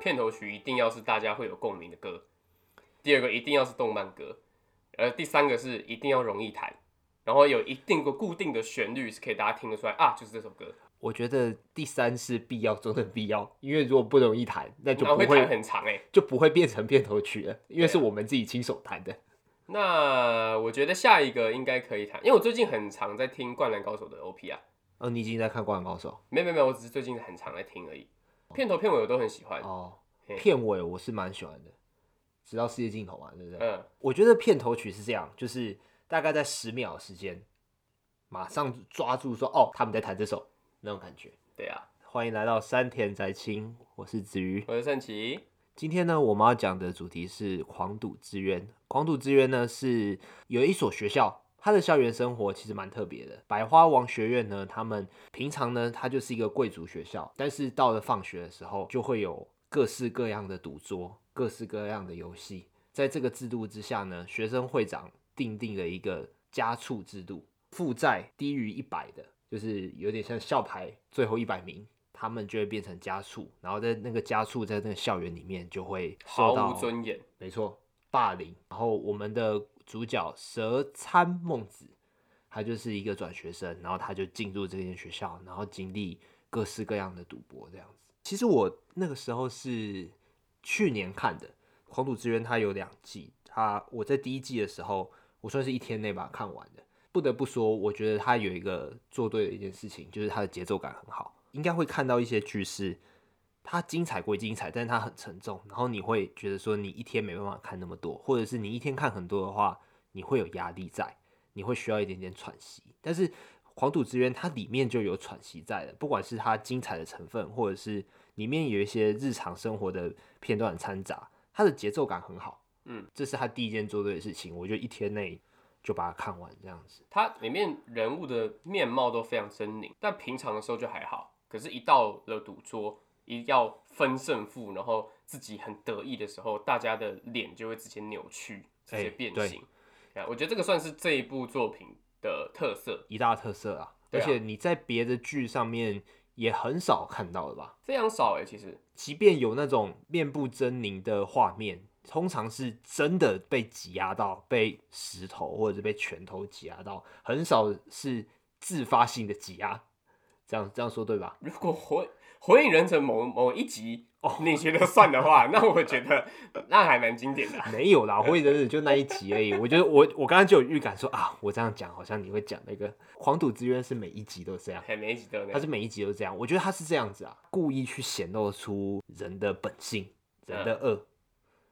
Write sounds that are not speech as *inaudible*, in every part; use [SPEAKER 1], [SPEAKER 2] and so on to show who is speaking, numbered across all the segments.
[SPEAKER 1] 片头曲一定要是大家会有共鸣的歌，第二个一定要是动漫歌，呃，第三个是一定要容易弹，然后有一定个固定的旋律是可以大家听得出来啊，就是这首歌，
[SPEAKER 2] 我觉得第三是必要中的必要，因为如果不容易弹，那就
[SPEAKER 1] 然后
[SPEAKER 2] 不
[SPEAKER 1] 会
[SPEAKER 2] 会
[SPEAKER 1] 弹很啊长哎、欸
[SPEAKER 2] 就不会变成片头曲了，因为是我们自己亲手弹的。
[SPEAKER 1] 那我觉得下一个应该可以弹，因为我最近很常在听《灌篮高手》的 OP 啊，
[SPEAKER 2] 哦，你已经在看《灌篮高手
[SPEAKER 1] 没有没有没有，我只是最近很常在听而已。片头片尾我都很喜欢》，
[SPEAKER 2] 哦
[SPEAKER 1] 嘿，
[SPEAKER 2] 片尾我是蛮喜欢的，直到世界尽头嘛，对不对？
[SPEAKER 1] 嗯，
[SPEAKER 2] 我觉得片头曲是这样，就是大概在十秒的时间，马上抓住说哦，他们在弹这首那种感觉。
[SPEAKER 1] 对啊，
[SPEAKER 2] 欢迎来到山田宅青，我是子瑜。
[SPEAKER 1] 我是圣奇，
[SPEAKER 2] 今天呢，我们要讲的主题是狂赌之渊。狂赌之渊呢，是有一所学校，它的校园生活其实蛮特别的。百花王学院呢，他们平常呢，它就是一个贵族学校，但是到了放学的时候，就会有各式各样的赌桌，各式各样的游戏。在这个制度之下呢，学生会长定定了一个加处制度，负债低于一百的，就是有点像校牌最后一百名，他们就会变成家畜，然后在那个家畜在那个校园里面就会
[SPEAKER 1] 毫
[SPEAKER 2] 受到
[SPEAKER 1] 无尊严，
[SPEAKER 2] 没错霸凌。然后我们的主角蛇参孟子，他就是一个转学生，然后他就进入这间学校，然后经历各式各样的赌博这样子。其实我那个时候是去年看的《狂赌之渊》，它有两季，它我在第一季的时候，我算是一天内把它看完的。不得不说，我觉得它有一个做对的一件事情，就是它的节奏感很好。应该会看到一些剧是它精彩归精彩，但是它很沉重，然后你会觉得说你一天没办法看那么多，或者是你一天看很多的话，你会有压力在，你会需要一点点喘息。但是《黄土之渊》它里面就有喘息在的，不管是它精彩的成分，或者是里面有一些日常生活的片段掺杂，它的节奏感很好。
[SPEAKER 1] 嗯，
[SPEAKER 2] 这是他第一件做对的事情，我就一天内就把它看完这样子。
[SPEAKER 1] 它里面人物的面貌都非常狰狞，但平常的时候就还好，可是，一到了赌桌，一要分胜负，然后自己很得意的时候，大家的脸就会直接扭曲，直接
[SPEAKER 2] 哎
[SPEAKER 1] 变
[SPEAKER 2] 对
[SPEAKER 1] 形。啊，我觉得这个算是这一部作品的特色，
[SPEAKER 2] 一大特色啊，
[SPEAKER 1] 对
[SPEAKER 2] 而
[SPEAKER 1] 啊
[SPEAKER 2] 且你在别的剧上面也很少看到了吧？
[SPEAKER 1] 非常少哎、其实
[SPEAKER 2] 即便有那种面部狰狞的画面，通常是真的被挤压到，被石头或者是被拳头挤压到，很少是自发性的挤压。这样这样说对吧？
[SPEAKER 1] 如果火火影忍者某某一集
[SPEAKER 2] 哦
[SPEAKER 1] 你觉得算的话，那我觉得那还蛮经典的啊、
[SPEAKER 2] 没
[SPEAKER 1] *laughs*
[SPEAKER 2] 有啦，火影忍者就那一集而已。我觉得我我刚刚就有预感说啊，我这样讲好像你会讲那个黄土之渊是每一集都这样。
[SPEAKER 1] 还每一集都有那
[SPEAKER 2] 他
[SPEAKER 1] 样
[SPEAKER 2] 是每一集都这样，我觉得他是这样子啊，故意去显露出人的本性、人
[SPEAKER 1] 嗯
[SPEAKER 2] 的恶。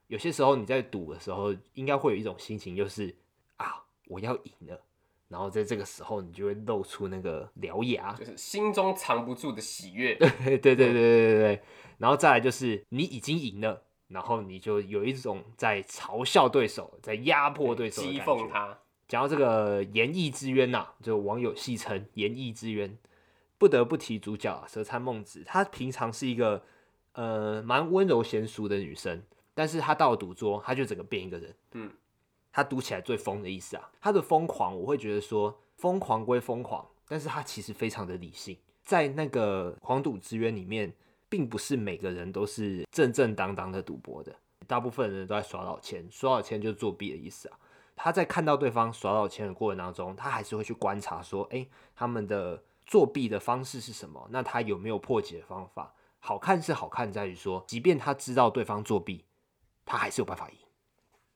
[SPEAKER 2] 有些时候你在赌的时候，应该会有一种心情，就是啊，我要赢了。然后在这个时候，你就会露出那个獠牙，
[SPEAKER 1] 就是心中藏不住的喜悦。
[SPEAKER 2] *laughs* 对对
[SPEAKER 1] 嗯
[SPEAKER 2] 对对对对，然后再来就是你已经赢了，然后你就有一种在嘲笑对手、在压迫对手的
[SPEAKER 1] 讥
[SPEAKER 2] 感
[SPEAKER 1] 讽
[SPEAKER 2] 觉
[SPEAKER 1] 他，
[SPEAKER 2] 讲到这个言义之渊呐、就网友戏称言义之渊，不得不提主角啊蛇参孟子，她平常是一个呃蛮温柔贤淑的女生，但是她到了赌桌，她就整个变一个人。
[SPEAKER 1] 嗯，
[SPEAKER 2] 她赌起来最疯的意思啊，她的疯狂，我会觉得说疯狂归疯狂，但是她其实非常的理性，在那个狂赌之渊里面，并不是每个人都是正正当当的赌博的，大部分人都在耍老千，耍老千就是作弊的意思啊。他在看到对方耍老千的过程当中，他还是会去观察说，哎、他们的作弊的方式是什么？那他有没有破解的方法？好看是好看在于说，即便他知道对方作弊，他还是有办法赢。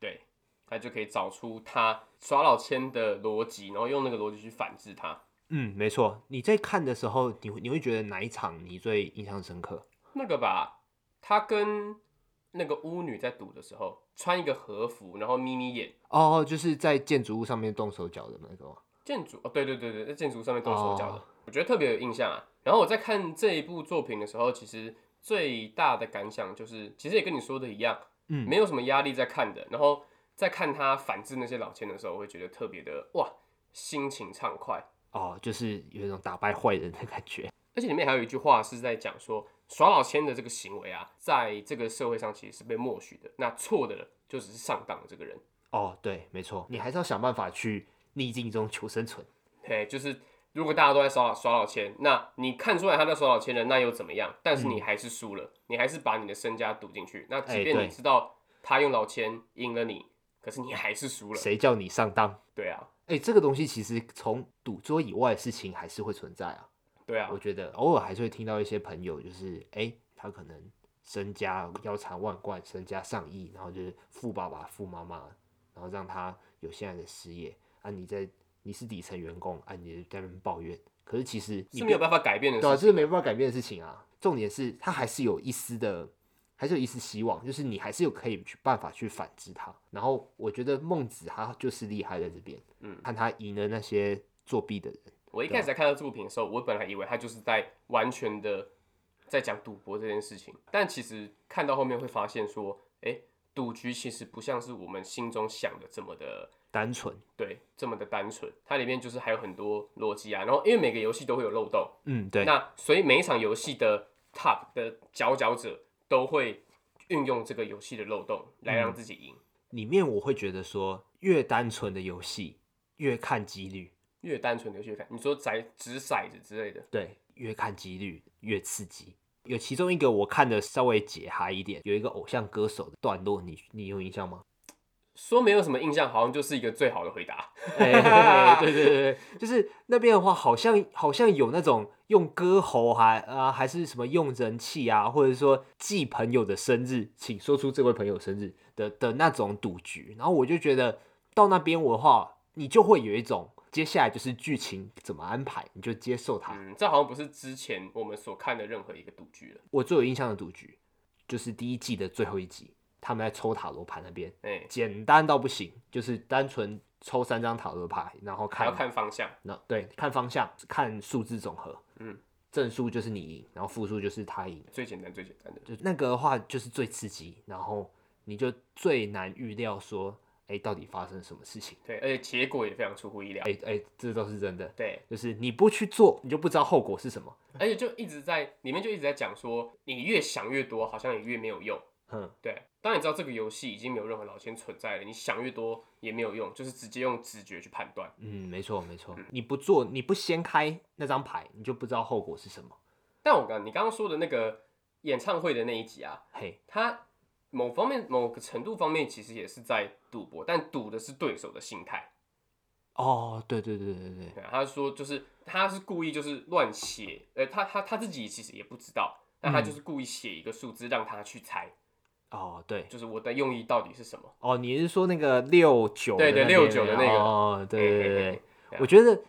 [SPEAKER 1] 对，他就可以找出他耍老千的逻辑，然后用那个逻辑去反制他。
[SPEAKER 2] 嗯，没错。你在看的时候，你会你会觉得哪一场你最印象深刻？
[SPEAKER 1] 那个吧，他跟那个巫女在赌的时候，穿一个和服，然后眯眯眼，
[SPEAKER 2] 哦，就是在建筑物上面动手脚的那个吗。
[SPEAKER 1] 建筑哦，对对对对，在建筑上面动手脚的
[SPEAKER 2] 哦
[SPEAKER 1] 我觉得特别有印象啊。然后我在看这一部作品的时候，其实最大的感想就是，其实也跟你说的一样，
[SPEAKER 2] 嗯
[SPEAKER 1] 没有什么压力在看的。然后在看他反制那些老千的时候，我会觉得特别的哇，心情畅快。
[SPEAKER 2] 哦，就是有一种打败坏人的感觉。
[SPEAKER 1] 而且里面还有一句话是在讲说，耍老千的这个行为啊，在这个社会上其实是被默许的。那错的就只是上当的这个人，
[SPEAKER 2] 哦，对，没错，你还是要想办法去逆境中求生存。
[SPEAKER 1] 对，就是如果大家都在耍耍老千，那你看出来他在耍老千了，那又怎么样？但是你还是输了，你还是把你的身家赌进去。那即
[SPEAKER 2] 嗯哎
[SPEAKER 1] 便
[SPEAKER 2] 对
[SPEAKER 1] 你知道他用老千赢了你，可是你还是输了。
[SPEAKER 2] 谁叫你上当？
[SPEAKER 1] 对啊，
[SPEAKER 2] 哎、这个东西其实从赌桌以外的事情还是会存在啊。
[SPEAKER 1] 对啊
[SPEAKER 2] 我，觉得偶尔还是会听到一些朋友，就是哎、诶他可能身家腰缠万贯，身家上亿，然后就是富爸爸、富妈妈，然后让他有现在的事业啊。你在你是底层员工啊，你在那边抱怨，可是其实你
[SPEAKER 1] 是没有办法改变的
[SPEAKER 2] 对啊，
[SPEAKER 1] 事
[SPEAKER 2] 这
[SPEAKER 1] 情。
[SPEAKER 2] 是没办法改变的事情啊。重点是他还是有一丝的，还是有一丝希望，就是你还是有可以去办法去反制他。然后我觉得孟子他就是厉害在这边，
[SPEAKER 1] 嗯
[SPEAKER 2] 看他赢了那些作弊的人，
[SPEAKER 1] 我一开始在看到这部片的时候，我本来以为他就是在完全的在讲赌博这件事情，但其实看到后面会发现说，哎、赌局其实不像是我们心中想的这么的
[SPEAKER 2] 单纯，
[SPEAKER 1] 对，这么的单纯，它里面就是还有很多逻辑啊。然后因为每个游戏都会有漏洞，
[SPEAKER 2] 嗯，对，
[SPEAKER 1] 那所以每一场游戏的 top 的佼佼者都会运用这个游戏的漏洞来让自己赢。
[SPEAKER 2] 里面我会觉得说，越单纯的游戏越看几率，
[SPEAKER 1] 越单纯的游戏看，你说骰掷骰子之类的，
[SPEAKER 2] 对，越看几率越刺激。有其中一个我看的稍微解嗨一点，有一个偶像歌手的段落，你你有印象吗？
[SPEAKER 1] 说没有什么印象，好像就是一个最好的回答。
[SPEAKER 2] 哎，对对对，对就是那边的话，好像好像有那种用歌喉还啊，还是什么用人气啊，或者说记朋友的生日，请说出这位朋友生日的的那种赌局。然后我就觉得到那边我的话，你就会有一种接下来就是剧情怎么安排，你就接受它。
[SPEAKER 1] 嗯，这好像不是之前我们所看的任何一个赌局了。
[SPEAKER 2] 我最有印象的赌局就是第一季的最后一集，他们在抽塔罗牌那边，
[SPEAKER 1] 哎、
[SPEAKER 2] 简单到不行，就是单纯抽三张塔罗牌，然后
[SPEAKER 1] 还
[SPEAKER 2] 看
[SPEAKER 1] 要看方向。
[SPEAKER 2] 那对，看方向，看数字总和。
[SPEAKER 1] 嗯，
[SPEAKER 2] 正数就是你赢，然后负数就是他赢。
[SPEAKER 1] 最简单，最简单的，
[SPEAKER 2] 就那个的话，就是最刺激，然后你就最难预料说，哎，到底发生什么事情？
[SPEAKER 1] 对，而且结果也非常出乎意料。
[SPEAKER 2] 哎哎，这都是真的。
[SPEAKER 1] 对，
[SPEAKER 2] 就是你不去做，你就不知道后果是什么。
[SPEAKER 1] 而且就一直在里面就一直在讲说，你越想越多，好像也越没有用。
[SPEAKER 2] 哼，
[SPEAKER 1] 对，当你知道这个游戏已经没有任何老千存在了，你想越多也没有用，就是直接用直觉去判断。
[SPEAKER 2] 嗯，没错没错，你不做，你不掀开那张牌，你就不知道后果是什么。
[SPEAKER 1] 但我刚你刚刚说的那个演唱会的那一集啊，
[SPEAKER 2] 嘿，
[SPEAKER 1] 它某方面某个程度方面其实也是在赌博，但赌的是对手的心态。
[SPEAKER 2] 哦，对对对对对，
[SPEAKER 1] 对啊他说就是他是故意就是乱写，呃，他他他自己其实也不知道，但他
[SPEAKER 2] 嗯
[SPEAKER 1] 就是故意写一个数字让他去猜，
[SPEAKER 2] 哦对，
[SPEAKER 1] 就是我的用意到底是什么。
[SPEAKER 2] 哦，你是说那个六九？
[SPEAKER 1] 对对69的那个
[SPEAKER 2] 哦，对对对
[SPEAKER 1] 嘿嘿
[SPEAKER 2] 对
[SPEAKER 1] 嘿对啊
[SPEAKER 2] 我觉得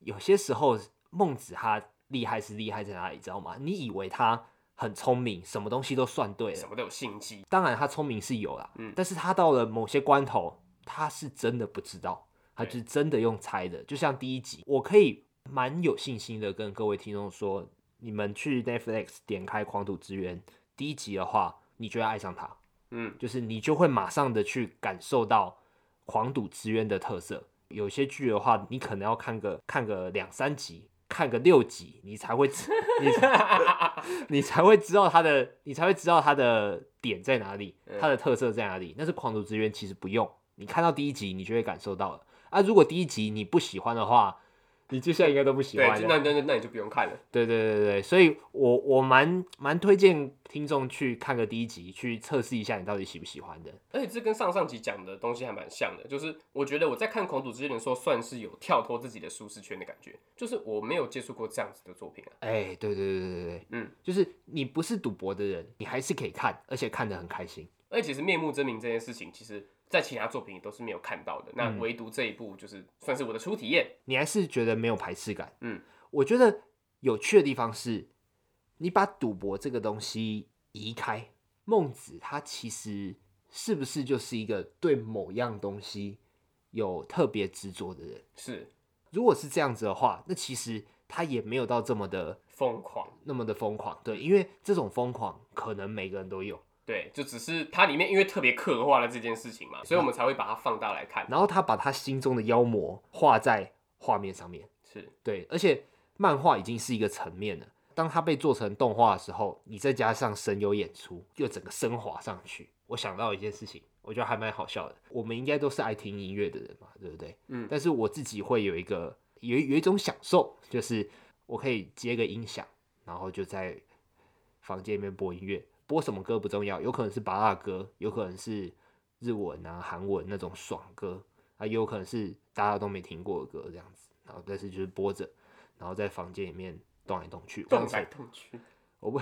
[SPEAKER 2] 有些时候孟子他厉害是厉害在哪里，知道吗？你以为他很聪明，什么东西都算对
[SPEAKER 1] 什
[SPEAKER 2] 了，
[SPEAKER 1] 么都有心机，
[SPEAKER 2] 当然他聪明是有啦，
[SPEAKER 1] 嗯
[SPEAKER 2] 但是他到了某些关头，他是真的不知道，他就是真的用猜的。就像第一集，我可以蛮有信心的跟各位听众说，你们去 Netflix 点开《狂赌之渊》第一集的话，你就会爱上他。
[SPEAKER 1] 嗯，
[SPEAKER 2] 就是你就会马上的去感受到《狂赌之渊》的特色。有些剧的话，你可能要看个看个两三集，看个六集，你才会知你才你才会知道它的，你才会知道它的点在哪里，它的特色在哪里。但是《狂赌之渊》其实不用，你看到第一集你就会感受到了。啊，如果第一集你不喜欢的话，你接下来应该都不 *laughs* 喜
[SPEAKER 1] 对
[SPEAKER 2] 欢，
[SPEAKER 1] 就
[SPEAKER 2] 了。
[SPEAKER 1] 那那那那你就不用看了。
[SPEAKER 2] 对对对对，所以我我蛮蛮推荐听众去看个第一集，去测试一下你到底喜不喜欢的。
[SPEAKER 1] 而且这跟上上集讲的东西还蛮像的，就是我觉得我在看《狂赌之前的时候，算是有跳脱自己的舒适圈的感觉，就是我没有接触过这样子的作品啊。
[SPEAKER 2] 哎、对对对对对对，
[SPEAKER 1] 嗯，
[SPEAKER 2] 就是你不是赌博的人，你还是可以看，而且看得很开心。
[SPEAKER 1] 而且其实面目真名这件事情，其实在其他作品都是没有看到的，
[SPEAKER 2] 嗯
[SPEAKER 1] 那唯独这一部就是算是我的初体验。
[SPEAKER 2] 你还是觉得没有排斥感。
[SPEAKER 1] 嗯，
[SPEAKER 2] 我觉得有趣的地方是，你把赌博这个东西移开，孟子他其实是不是就是一个对某样东西有特别执着的人？
[SPEAKER 1] 是
[SPEAKER 2] 如果是这样子的话，那其实他也没有到这么的
[SPEAKER 1] 疯狂，
[SPEAKER 2] 那么的疯狂。对，因为这种疯狂可能每个人都有。
[SPEAKER 1] 对，就只是它里面因为特别刻画了这件事情嘛，所以我们才会把它放大来看。
[SPEAKER 2] 然后他把他心中的妖魔画在画面上面。
[SPEAKER 1] 是，
[SPEAKER 2] 对，而且漫画已经是一个层面了。当它被做成动画的时候，你再加上声优演出，又整个升华上去。我想到一件事情，我觉得还蛮好笑的。我们应该都是爱听音乐的人嘛，对不对？
[SPEAKER 1] 嗯
[SPEAKER 2] 但是我自己会有一个有有一种享受，就是我可以接个音响，然后就在房间里面播音乐，播什么歌不重要，有可能是八大歌，有可能是日文啊、韩文那种爽歌，啊，也有可能是大家都没听过的歌这样子，然后但是就是播着，然后在房间里面动 *laughs* 来动去，
[SPEAKER 1] 动
[SPEAKER 2] 完全
[SPEAKER 1] 来动去，
[SPEAKER 2] 我不，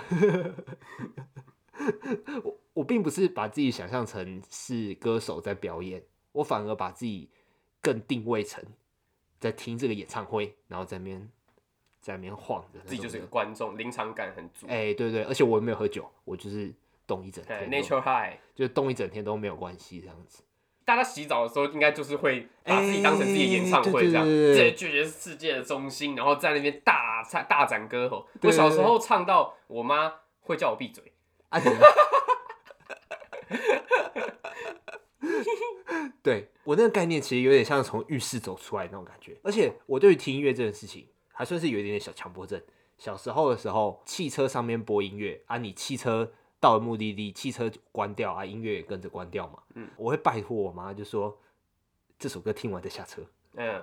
[SPEAKER 2] 我我并不是把自己想象成是歌手在表演，我反而把自己更定位成在听这个演唱会，然后在那边在那边晃着那种的，
[SPEAKER 1] 自己就是个观众，临场感很足。
[SPEAKER 2] 哎、对对，而且我也没有喝酒，我就是动一整
[SPEAKER 1] 对
[SPEAKER 2] 天都，
[SPEAKER 1] ，Nature High，
[SPEAKER 2] 就动一整天都没有关系这样子。
[SPEAKER 1] 大家洗澡的时候应该就是会把自己当成自己的演唱
[SPEAKER 2] 哎
[SPEAKER 1] 会这样，
[SPEAKER 2] 对对对对
[SPEAKER 1] 这拒绝是世界的中心，然后在那边大唱大展歌喉。
[SPEAKER 2] 对
[SPEAKER 1] 我小时候唱到我妈会叫我闭嘴，
[SPEAKER 2] 啊，你 *laughs* 对我那个概念其实有点像从浴室走出来那种感觉，而且我对于听音乐这件事情还算是有一点点小强迫症。小时候的时候，汽车上面播音乐啊，你汽车到了目的地，汽车关掉啊，音乐也跟着关掉嘛。
[SPEAKER 1] 嗯，
[SPEAKER 2] 我会拜托我妈就说这首歌听完再下车。
[SPEAKER 1] 嗯，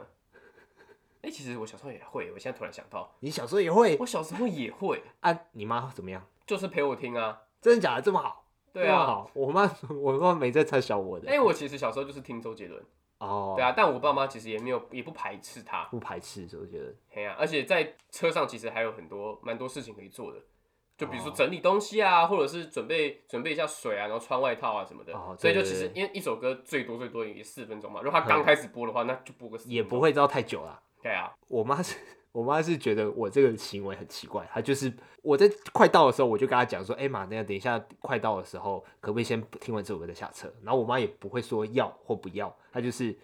[SPEAKER 1] 哎、其实我小时候也会，我现在突然想到，
[SPEAKER 2] 你小时候也会
[SPEAKER 1] 我小时候也会，
[SPEAKER 2] 啊？你妈怎么样？
[SPEAKER 1] 就是陪我听啊，
[SPEAKER 2] 真的假的？这么好？
[SPEAKER 1] 对
[SPEAKER 2] 这么
[SPEAKER 1] 啊，
[SPEAKER 2] 好。我妈我妈没在嘲笑我的。
[SPEAKER 1] 哎、我其实小时候就是听周杰伦，
[SPEAKER 2] 哦，
[SPEAKER 1] 对啊，但我爸妈其实也没有也不排斥他，
[SPEAKER 2] 不排斥，我觉得。
[SPEAKER 1] 嘿啊，而且在车上其实还有很多蛮多事情可以做的，就比如
[SPEAKER 2] 哦
[SPEAKER 1] 说整理东西啊，或者是准备准备一下水啊，然后穿外套啊什么的。
[SPEAKER 2] 哦
[SPEAKER 1] 所以
[SPEAKER 2] 对
[SPEAKER 1] 就其
[SPEAKER 2] 对
[SPEAKER 1] 实
[SPEAKER 2] 对
[SPEAKER 1] 因为一首歌最多最多也四分钟嘛，如果他刚开始播的话，那就播个四
[SPEAKER 2] 也
[SPEAKER 1] 分钟
[SPEAKER 2] 不会到太久啦。
[SPEAKER 1] 对啊， *laughs*
[SPEAKER 2] 我妈是， *laughs* 我妈是觉得我这个行为很奇怪，她就是我在快到的时候，我就跟她讲说，哎、妈，那个等一下快到的时候，可不可以先听完这首歌再下车？然后我妈也不会说要或不要，她就是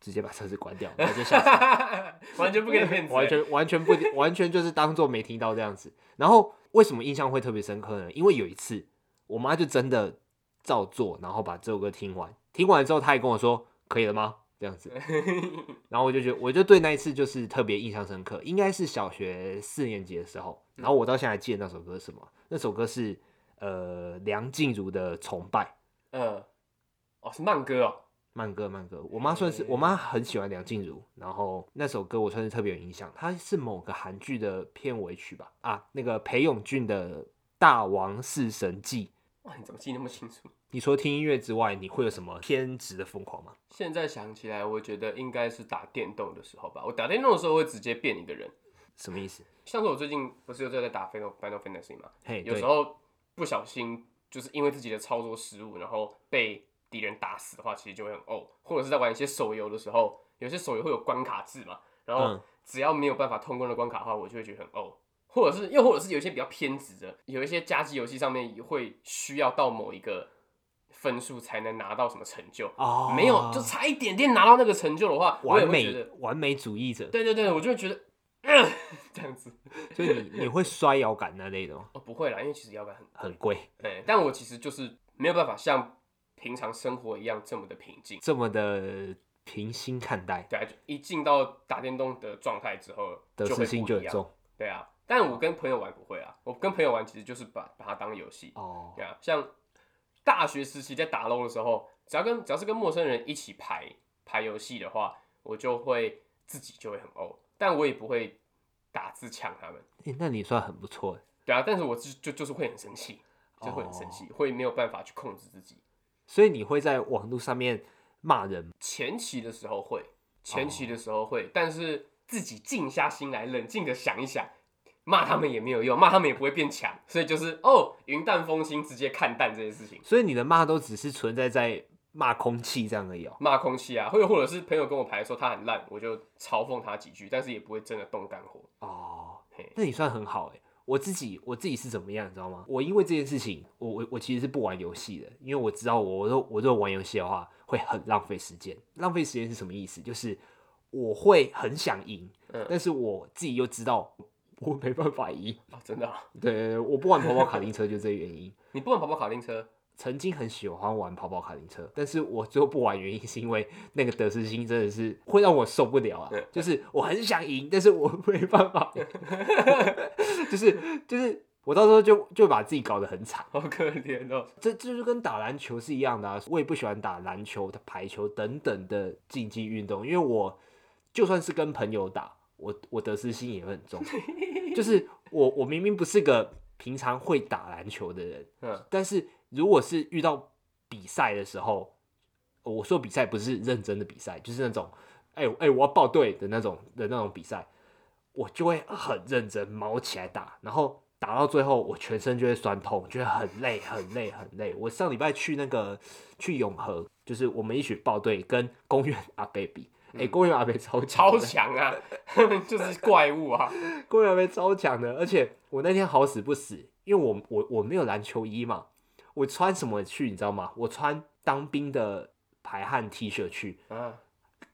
[SPEAKER 2] 直接把车子关掉，然后就下车。
[SPEAKER 1] 完全不给你
[SPEAKER 2] *laughs*
[SPEAKER 1] 面子、
[SPEAKER 2] 完全完全不完全就是当做没听到这样子。然后为什么印象会特别深刻呢？因为有一次我妈就真的照做，然后把这首歌听完，听完之后她也跟我说可以了吗？这
[SPEAKER 1] *laughs*
[SPEAKER 2] 样子，然后我就觉得，我就对那一次就是特别印象深刻，应该是小学四年级的时候，然后我到现在还记得那首歌是什么，那首歌是呃梁静茹的《崇拜》，
[SPEAKER 1] 嗯，哦是慢歌哦，
[SPEAKER 2] 慢歌，慢歌。我
[SPEAKER 1] 嗯
[SPEAKER 2] 妈算是我妈很喜欢梁静茹，然后那首歌我算是特别有印象，它是某个韩剧的片尾曲吧？啊，那个裴勇俊的《大王弑神记》。
[SPEAKER 1] 哇你怎么记那么清楚？
[SPEAKER 2] 你除了听音乐之外，你会有什么偏执的疯狂吗？
[SPEAKER 1] 现在想起来，我觉得应该是打电动的时候吧。我打电动的时候会直接变一个人，
[SPEAKER 2] 什么意思？
[SPEAKER 1] 像是我最近不是有在打 Final Final Fantasy 吗？
[SPEAKER 2] 嘿，
[SPEAKER 1] 有
[SPEAKER 2] 对
[SPEAKER 1] 时，候不小心就是因为自己的操作失误，然后被敌人打死的话，其实就会很哦。或者是在玩一些手游的时候，有些手游会有关卡制嘛，然后
[SPEAKER 2] 嗯
[SPEAKER 1] 只要没有办法通关的关卡的话，我就会觉得很哦。或者是又或者是有一些比较偏执的，有一些加机游戏上面也会需要到某一个分数才能拿到什么成就，
[SPEAKER 2] 哦，
[SPEAKER 1] 没有就差一点点拿到那个成就的话，我也
[SPEAKER 2] 完
[SPEAKER 1] 会觉
[SPEAKER 2] 美
[SPEAKER 1] 得，
[SPEAKER 2] 完美主义者，
[SPEAKER 1] 对对对，我就会觉得。呃 *laughs* 这样子
[SPEAKER 2] 所以你你会摔摇杆那类的吗？
[SPEAKER 1] 哦，不会啦，因为其实摇杆很
[SPEAKER 2] 很贵，
[SPEAKER 1] 对，但我其实就是没有办法像平常生活一样这么的平静。
[SPEAKER 2] 这么的平心看待，
[SPEAKER 1] 对啊，就一进到打电动的状态之后，
[SPEAKER 2] 得
[SPEAKER 1] 就
[SPEAKER 2] 失
[SPEAKER 1] 会
[SPEAKER 2] 心
[SPEAKER 1] 不
[SPEAKER 2] 就
[SPEAKER 1] 一
[SPEAKER 2] 很
[SPEAKER 1] 样。
[SPEAKER 2] 重
[SPEAKER 1] 对啊，但我跟朋友玩不会啊，我跟朋友玩其实就是把把它当游戏。
[SPEAKER 2] 哦。
[SPEAKER 1] 对啊，像大学时期在打 LO 的时候，只要跟只要是跟陌生人一起排排游戏的话，我就会自己就会很欧，但我也不会打字呛他们。
[SPEAKER 2] 诶那你算很不错诶，
[SPEAKER 1] 对啊，但是我就就就是会很生气，就会很生
[SPEAKER 2] 哦
[SPEAKER 1] 气，会没有办法去控制自己。
[SPEAKER 2] 所以你会在网络上面骂人吗
[SPEAKER 1] 前期的时候会，前期的时候会，但是自己静下心来，冷静的想一想，骂他们也没有用，骂他们也不会变强，所以就是哦，云淡风轻，直接看淡这件事情。
[SPEAKER 2] 所以你的骂都只是存在在骂空气这样而已哦。
[SPEAKER 1] 骂空气啊，或者或者是朋友跟我牌说他很烂，我就嘲讽他几句，但是也不会真的动肝火。
[SPEAKER 2] 哦
[SPEAKER 1] 嘿，
[SPEAKER 2] 那你算很好哎、我自己我自己是怎么样，你知道吗？我因为这件事情，我我我其实是不玩游戏的，因为我知道我我若我若玩游戏的话，会很浪费时间。浪费时间是什么意思？就是我会很想赢，
[SPEAKER 1] 嗯
[SPEAKER 2] 但是我自己又知道我没办法赢。
[SPEAKER 1] 啊，真的啊、
[SPEAKER 2] 对对，对我不玩跑跑卡丁车就这个原因。
[SPEAKER 1] 你不能跑跑卡丁车，
[SPEAKER 2] 曾经很喜欢玩跑跑卡丁车，但是我最后不玩原因是因为那个得失心真的是会让我受不了啊
[SPEAKER 1] 嗯！
[SPEAKER 2] 就是我很想赢，但是我没办法， *laughs* 就是就是我到时候就就把自己搞得很惨。
[SPEAKER 1] 好可怜哦。
[SPEAKER 2] 这这就跟打篮球是一样的啊！我也不喜欢打篮球、排球等等的竞技运动，因为我就算是跟朋友打，我我得失心也会很重，就是我我明明不是个平常会打篮球的人，
[SPEAKER 1] 嗯，
[SPEAKER 2] 但是如果是遇到比赛的时候，我说比赛不是认真的比赛，就是那种，哎、哎、我要报队的那种的那种比赛，我就会很认真毛起来打，然后打到最后，我全身就会酸痛，觉得很累很累很累。我上礼拜去那个去永和，就是我们一起报队跟公园阿贝比，哎、公园阿贝超强
[SPEAKER 1] 超
[SPEAKER 2] 的
[SPEAKER 1] 强啊， *laughs* 他们就是怪物啊，
[SPEAKER 2] 公园杯超强的，而且我那天好死不死，因为我我我没有篮球衣嘛，我穿什么去你知道吗？我穿当兵的排汗 T 恤去，
[SPEAKER 1] 嗯，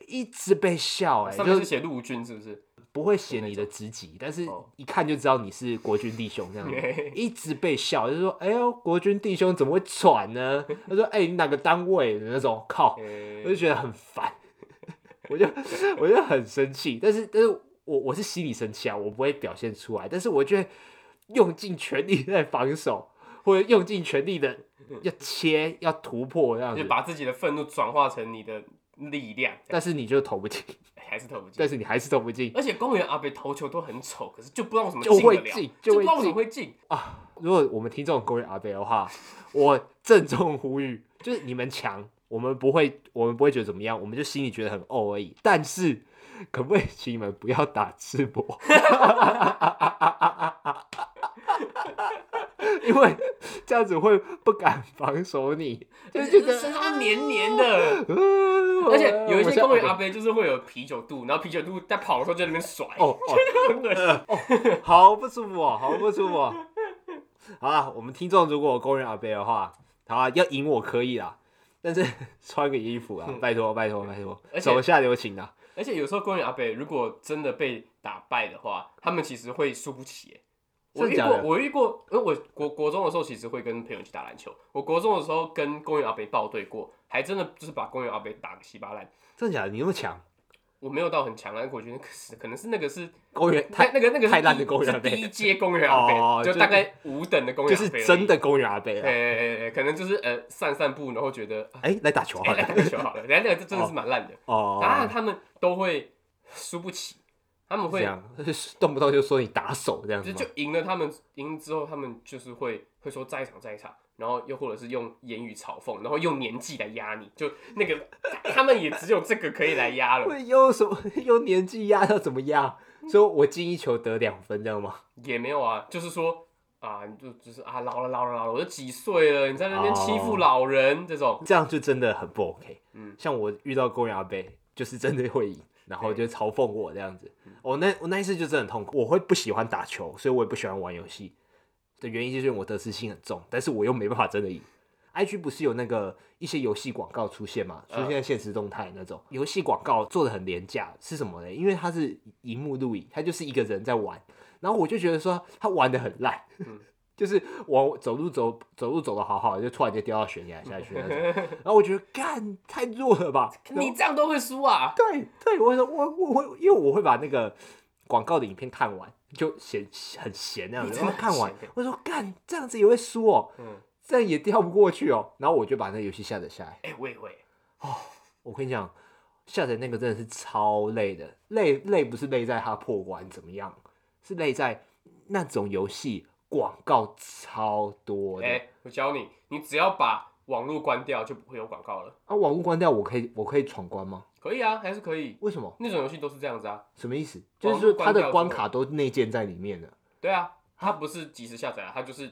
[SPEAKER 2] 一直被笑哎、
[SPEAKER 1] 上面
[SPEAKER 2] 就是是
[SPEAKER 1] 写陆军是不是？
[SPEAKER 2] 不会写你的职级，但是
[SPEAKER 1] 哦
[SPEAKER 2] 一看就知道你是国军弟兄
[SPEAKER 1] *laughs*
[SPEAKER 2] 这样
[SPEAKER 1] 嘿，
[SPEAKER 2] 一直被笑，就说哎呦国军弟兄怎么会喘呢？他说哎、你哪个单位的那种靠，
[SPEAKER 1] 诶
[SPEAKER 2] *laughs* 我就觉得很烦，我就我就很生气，但是但是我我是心里生气啊，我不会表现出来，但是我就会用尽全力在防守， *laughs* 或者用尽全力的要切要突破这样
[SPEAKER 1] 就
[SPEAKER 2] 子，
[SPEAKER 1] 把自己的愤怒转化成你的力量，
[SPEAKER 2] 但是你就投不进，
[SPEAKER 1] 还是投不进
[SPEAKER 2] 但。是你还是投不进
[SPEAKER 1] 而且公园阿北投球都很丑，可是就不知道为什么
[SPEAKER 2] 就
[SPEAKER 1] 进得
[SPEAKER 2] 会
[SPEAKER 1] 了，
[SPEAKER 2] 进
[SPEAKER 1] 就不知
[SPEAKER 2] 就会
[SPEAKER 1] 道为什么
[SPEAKER 2] 进
[SPEAKER 1] 会进。
[SPEAKER 2] 啊！如果我们听众各位阿贝的话， *laughs* 我郑重呼吁，就是你们强。我们不会，我们不会觉得怎么样，我们就心里觉得很怄而已。但是，可不可以请你们不要打赤膊？ *laughs* 因为这样子会不敢防守你，就觉
[SPEAKER 1] 就是
[SPEAKER 2] 得 *laughs*
[SPEAKER 1] 身上黏黏的，
[SPEAKER 2] 嗯
[SPEAKER 1] 而且有一些公园阿
[SPEAKER 2] 啊，
[SPEAKER 1] 伯就是会有啤酒肚，然后啤酒肚在跑的时候就在那边甩，
[SPEAKER 2] 哦
[SPEAKER 1] *laughs* 真的很恶心。
[SPEAKER 2] 哦，好不舒服哦，好不舒服、哦。好啦，我们听众如果有公园阿贝的话，好啊，要赢我可以啦，但是穿个衣服啊，拜托拜托拜托
[SPEAKER 1] 而，且
[SPEAKER 2] 手下留情啊。
[SPEAKER 1] 而且有时候公园阿伯如果真的被打败的话，他们其实会输不起耶。我
[SPEAKER 2] 真的
[SPEAKER 1] 遇
[SPEAKER 2] 假
[SPEAKER 1] 过
[SPEAKER 2] 的，
[SPEAKER 1] 我遇过，呃，我国国中的时候其实会跟朋友去打篮球。我国中的时候跟公园阿伯报对过，还真的就是把公园阿伯打个稀巴烂。
[SPEAKER 2] 真的假的？你那么强，
[SPEAKER 1] 我
[SPEAKER 2] 我
[SPEAKER 1] 没有到很强啊，但我觉得可是可能是那个是
[SPEAKER 2] 公园
[SPEAKER 1] 太
[SPEAKER 2] 太
[SPEAKER 1] 那个那个是
[SPEAKER 2] 太烂
[SPEAKER 1] 第
[SPEAKER 2] 的公园阿伯
[SPEAKER 1] 是第一阶公园阿
[SPEAKER 2] 哦
[SPEAKER 1] 伯，就
[SPEAKER 2] 就
[SPEAKER 1] 大概五等的公
[SPEAKER 2] 就
[SPEAKER 1] 园阿
[SPEAKER 2] 是
[SPEAKER 1] 伯，
[SPEAKER 2] 真。的公园阿贝
[SPEAKER 1] 哎哎
[SPEAKER 2] 啊。
[SPEAKER 1] 哎哎，可能就是呃散散步，然后觉得啊
[SPEAKER 2] 哎、来打球好
[SPEAKER 1] 哎来
[SPEAKER 2] 了
[SPEAKER 1] 打个球好了，人家那个真的是蛮烂的。
[SPEAKER 2] 哦，
[SPEAKER 1] 然后他们都会输不起，他们
[SPEAKER 2] 这
[SPEAKER 1] 会
[SPEAKER 2] 样动不动就说你打手这样子
[SPEAKER 1] 就
[SPEAKER 2] 吗
[SPEAKER 1] 就？赢了他们，赢了之后他们就是会会说再一场再一场，然后又或者是用言语嘲讽，然后用年纪来压你，就那个他们也只有这个可以来压了，
[SPEAKER 2] 会用什么 *laughs* 用年纪压到怎么样？所以我进一球得两分，这样吗？
[SPEAKER 1] 也没有啊，就是说啊，你就就是啊老了老了老了，我都几岁了，你在那边
[SPEAKER 2] 哦
[SPEAKER 1] 欺负老人、这种，
[SPEAKER 2] 这样就真的很不 OK。
[SPEAKER 1] 嗯
[SPEAKER 2] 像我遇到公园阿贝，就是真的会赢，然后就嘲讽我这样子。
[SPEAKER 1] 嗯
[SPEAKER 2] 我那我那一次就真的很痛苦，我会不喜欢打球，所以我也不喜欢玩游戏。的原因就是因为我得失心很重，但是我又没办法真的赢。IG 不是有那个一些游戏广告出现嘛，出
[SPEAKER 1] 嗯
[SPEAKER 2] 现在现实动态那种游戏广告做的很廉价，是什么呢？因为它是荧幕录影，它就是一个人在玩，然后我就觉得说他玩的很烂，就是我走路走走路走的好好的，就突然间掉到悬崖下去那种。然后我觉得干太弱
[SPEAKER 1] *laughs*
[SPEAKER 2] 了吧？然后
[SPEAKER 1] 你这样都会输啊，
[SPEAKER 2] 对对，我说我我我，因为我会把那个广告的影片看完，就闲很闲那样
[SPEAKER 1] 你
[SPEAKER 2] 子，
[SPEAKER 1] 真
[SPEAKER 2] 然
[SPEAKER 1] 的
[SPEAKER 2] 后看
[SPEAKER 1] 很
[SPEAKER 2] 完
[SPEAKER 1] 闲欸
[SPEAKER 2] 我说干这样子也会输哦，
[SPEAKER 1] 嗯，
[SPEAKER 2] 这样也掉不过去哦，然后我就把那个游戏下载下来。
[SPEAKER 1] 哎、我也会，
[SPEAKER 2] 我跟你讲，下载那个真的是超累的，累累不是累在它破关怎么样，是累在那种游戏广告超多的。
[SPEAKER 1] 哎、我教你，你只要把网络关掉就不会有广告了，
[SPEAKER 2] 啊，网络关掉我可以我可以闯关吗？
[SPEAKER 1] 可以啊，还是可以，
[SPEAKER 2] 为什么？
[SPEAKER 1] 那种游戏都是这样子啊，
[SPEAKER 2] 什么意思？
[SPEAKER 1] 网
[SPEAKER 2] 就
[SPEAKER 1] 络
[SPEAKER 2] 是说它
[SPEAKER 1] 关掉
[SPEAKER 2] 的
[SPEAKER 1] 之
[SPEAKER 2] 关
[SPEAKER 1] 后
[SPEAKER 2] 卡都内建在里面的。
[SPEAKER 1] 对啊，它不是即时下载啊，它就是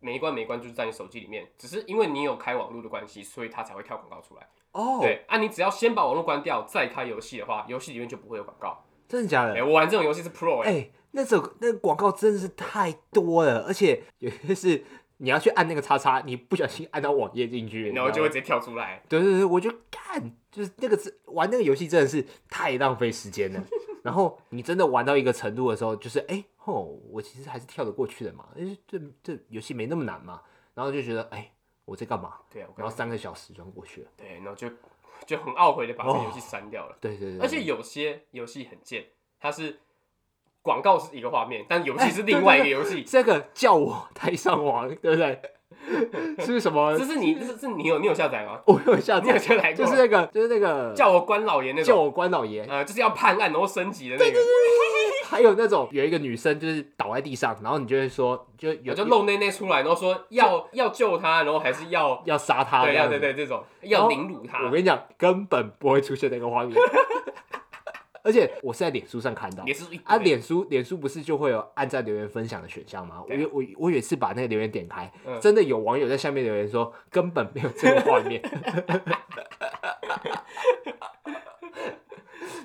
[SPEAKER 1] 每一关每一关就是在你手机里面，只是因为你有开网络的关系，所以它才会跳广告出来。
[SPEAKER 2] 哦，
[SPEAKER 1] 对啊，你只要先把网络关掉，再开游戏的话，游戏里面就不会有广告。
[SPEAKER 2] 真的假
[SPEAKER 1] 哎、
[SPEAKER 2] 的？
[SPEAKER 1] 我玩这种游戏是 Pro 哎、
[SPEAKER 2] 哎、那首那个广告真的是太多了，而且 *laughs* 有些是你要去按那个叉叉，你不小心按到网页进去，
[SPEAKER 1] 哎然后
[SPEAKER 2] 你
[SPEAKER 1] 就会
[SPEAKER 2] 知道吗
[SPEAKER 1] 直接跳出来。
[SPEAKER 2] 对对对，我就干，就是那个是玩那个游戏真的是太浪费时间
[SPEAKER 1] *laughs*
[SPEAKER 2] 了。然后你真的玩到一个程度的时候，就是哎、吼，我其实还是跳得过去的嘛，哎这这游戏没那么难嘛，然后就觉得哎、我在干嘛？
[SPEAKER 1] 对啊，我
[SPEAKER 2] 然
[SPEAKER 1] 刚
[SPEAKER 2] 后三个小时就过去了。
[SPEAKER 1] 对，然后就就很懊悔的把这个游戏删掉了。
[SPEAKER 2] 对对对，
[SPEAKER 1] 而且有些游戏很贱，它是广告是一个画面，但游戏
[SPEAKER 2] 哎
[SPEAKER 1] 是
[SPEAKER 2] 对
[SPEAKER 1] 另
[SPEAKER 2] 对
[SPEAKER 1] 外一个
[SPEAKER 2] 对
[SPEAKER 1] 游戏。 *laughs*
[SPEAKER 2] *laughs* 这个叫我太上网，对不对？是不是什么
[SPEAKER 1] 这？是你，这是你有你有下载吗？
[SPEAKER 2] 我有下
[SPEAKER 1] 你有
[SPEAKER 2] 载，
[SPEAKER 1] 下载过？
[SPEAKER 2] 就是那个，就是那个
[SPEAKER 1] 叫我关老爷那
[SPEAKER 2] 叫
[SPEAKER 1] 种，
[SPEAKER 2] 我关老爷，
[SPEAKER 1] 呃，就是要判案然后升级的那个，
[SPEAKER 2] 还有那种有一个女生就是倒在地上，然后你就会说，就有
[SPEAKER 1] 我就露内内出来，然后说要要救他，然后还是要
[SPEAKER 2] 要杀她，
[SPEAKER 1] 对
[SPEAKER 2] 这样
[SPEAKER 1] 要
[SPEAKER 2] 子
[SPEAKER 1] 对对这种
[SPEAKER 2] 然
[SPEAKER 1] 要
[SPEAKER 2] 后
[SPEAKER 1] 凌辱他
[SPEAKER 2] 我，跟你讲，根本不会出现那个画面， *laughs* 而且我是在脸书上看到
[SPEAKER 1] 也。是一
[SPEAKER 2] 啊，
[SPEAKER 1] 堆
[SPEAKER 2] 脸书脸书不是就会有按赞留言分享的选项吗？我
[SPEAKER 1] 对啊
[SPEAKER 2] 有我我有一次把那个留言点开，
[SPEAKER 1] 嗯
[SPEAKER 2] 真的有网友在下面留言说根本没有这个画面。 *laughs*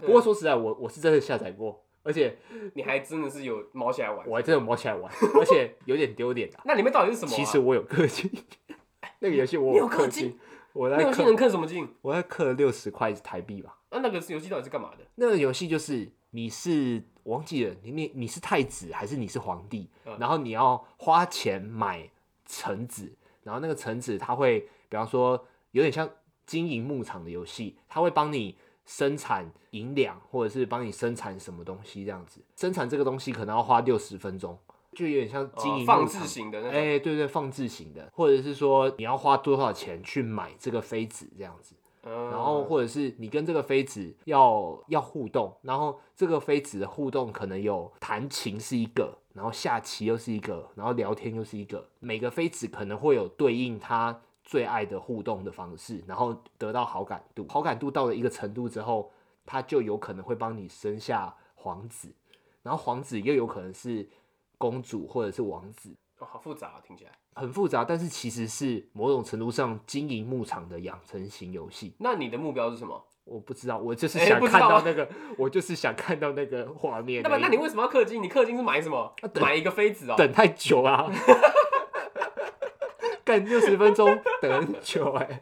[SPEAKER 2] 不过说实在，我我是真的下载过，而且
[SPEAKER 1] 你还真的是有毛起来玩。
[SPEAKER 2] 我还真的摸起来玩，而且有点丢脸的。
[SPEAKER 1] 那里面到底是 *laughs* 什么啊？
[SPEAKER 2] 其实我有氪金， *laughs* 那个游戏我
[SPEAKER 1] 你有氪
[SPEAKER 2] 氪
[SPEAKER 1] 金
[SPEAKER 2] 金，我在
[SPEAKER 1] 那游戏能
[SPEAKER 2] 氪
[SPEAKER 1] 氪什么金？
[SPEAKER 2] 我在氪六十块台币吧。
[SPEAKER 1] 那那个游戏到底是干嘛的？
[SPEAKER 2] 那个游戏就是你是我忘记了，你你你是太子还是你是皇帝？
[SPEAKER 1] 嗯
[SPEAKER 2] 然后你要花钱买橙子，然后那个橙子它会，比方说有点像经营牧场的游戏，它会帮你生产银两，或者是帮你生产什么东西这样子。生产这个东西可能要花六十分钟，就有点像经营
[SPEAKER 1] 哦
[SPEAKER 2] 牧场、
[SPEAKER 1] 放置型的那
[SPEAKER 2] 哎、
[SPEAKER 1] 种。
[SPEAKER 2] 对对，放置型的，或者是说你要花多少钱去买这个妃子这样子。
[SPEAKER 1] 嗯
[SPEAKER 2] 然后或者是你跟这个妃子要要互动，然后这个妃子的互动可能有弹琴是一个，然后下棋又是一个，然后聊天又是一个，每个妃子可能会有对应她最爱的互动的方式，然后得到好感度，好感度到了一个程度之后，她就有可能会帮你生下皇子，然后皇子又有可能是公主或者是王子。
[SPEAKER 1] 哦好复杂啊，听起来。
[SPEAKER 2] 很复杂，但是其实是某种程度上经营牧场的养成型游戏。
[SPEAKER 1] 那你的目标是什么？
[SPEAKER 2] 我不知道，我就是
[SPEAKER 1] 哎
[SPEAKER 2] 想
[SPEAKER 1] 不知
[SPEAKER 2] 看
[SPEAKER 1] 道
[SPEAKER 2] 到
[SPEAKER 1] 吗
[SPEAKER 2] 那个，我就是想看到那个画面而已。
[SPEAKER 1] 那么，那你为什么要氪金？你氪金是买什么？
[SPEAKER 2] 等
[SPEAKER 1] 买一个妃子哦。
[SPEAKER 2] 等太久啊？ *laughs* 干六十分钟等很久哎、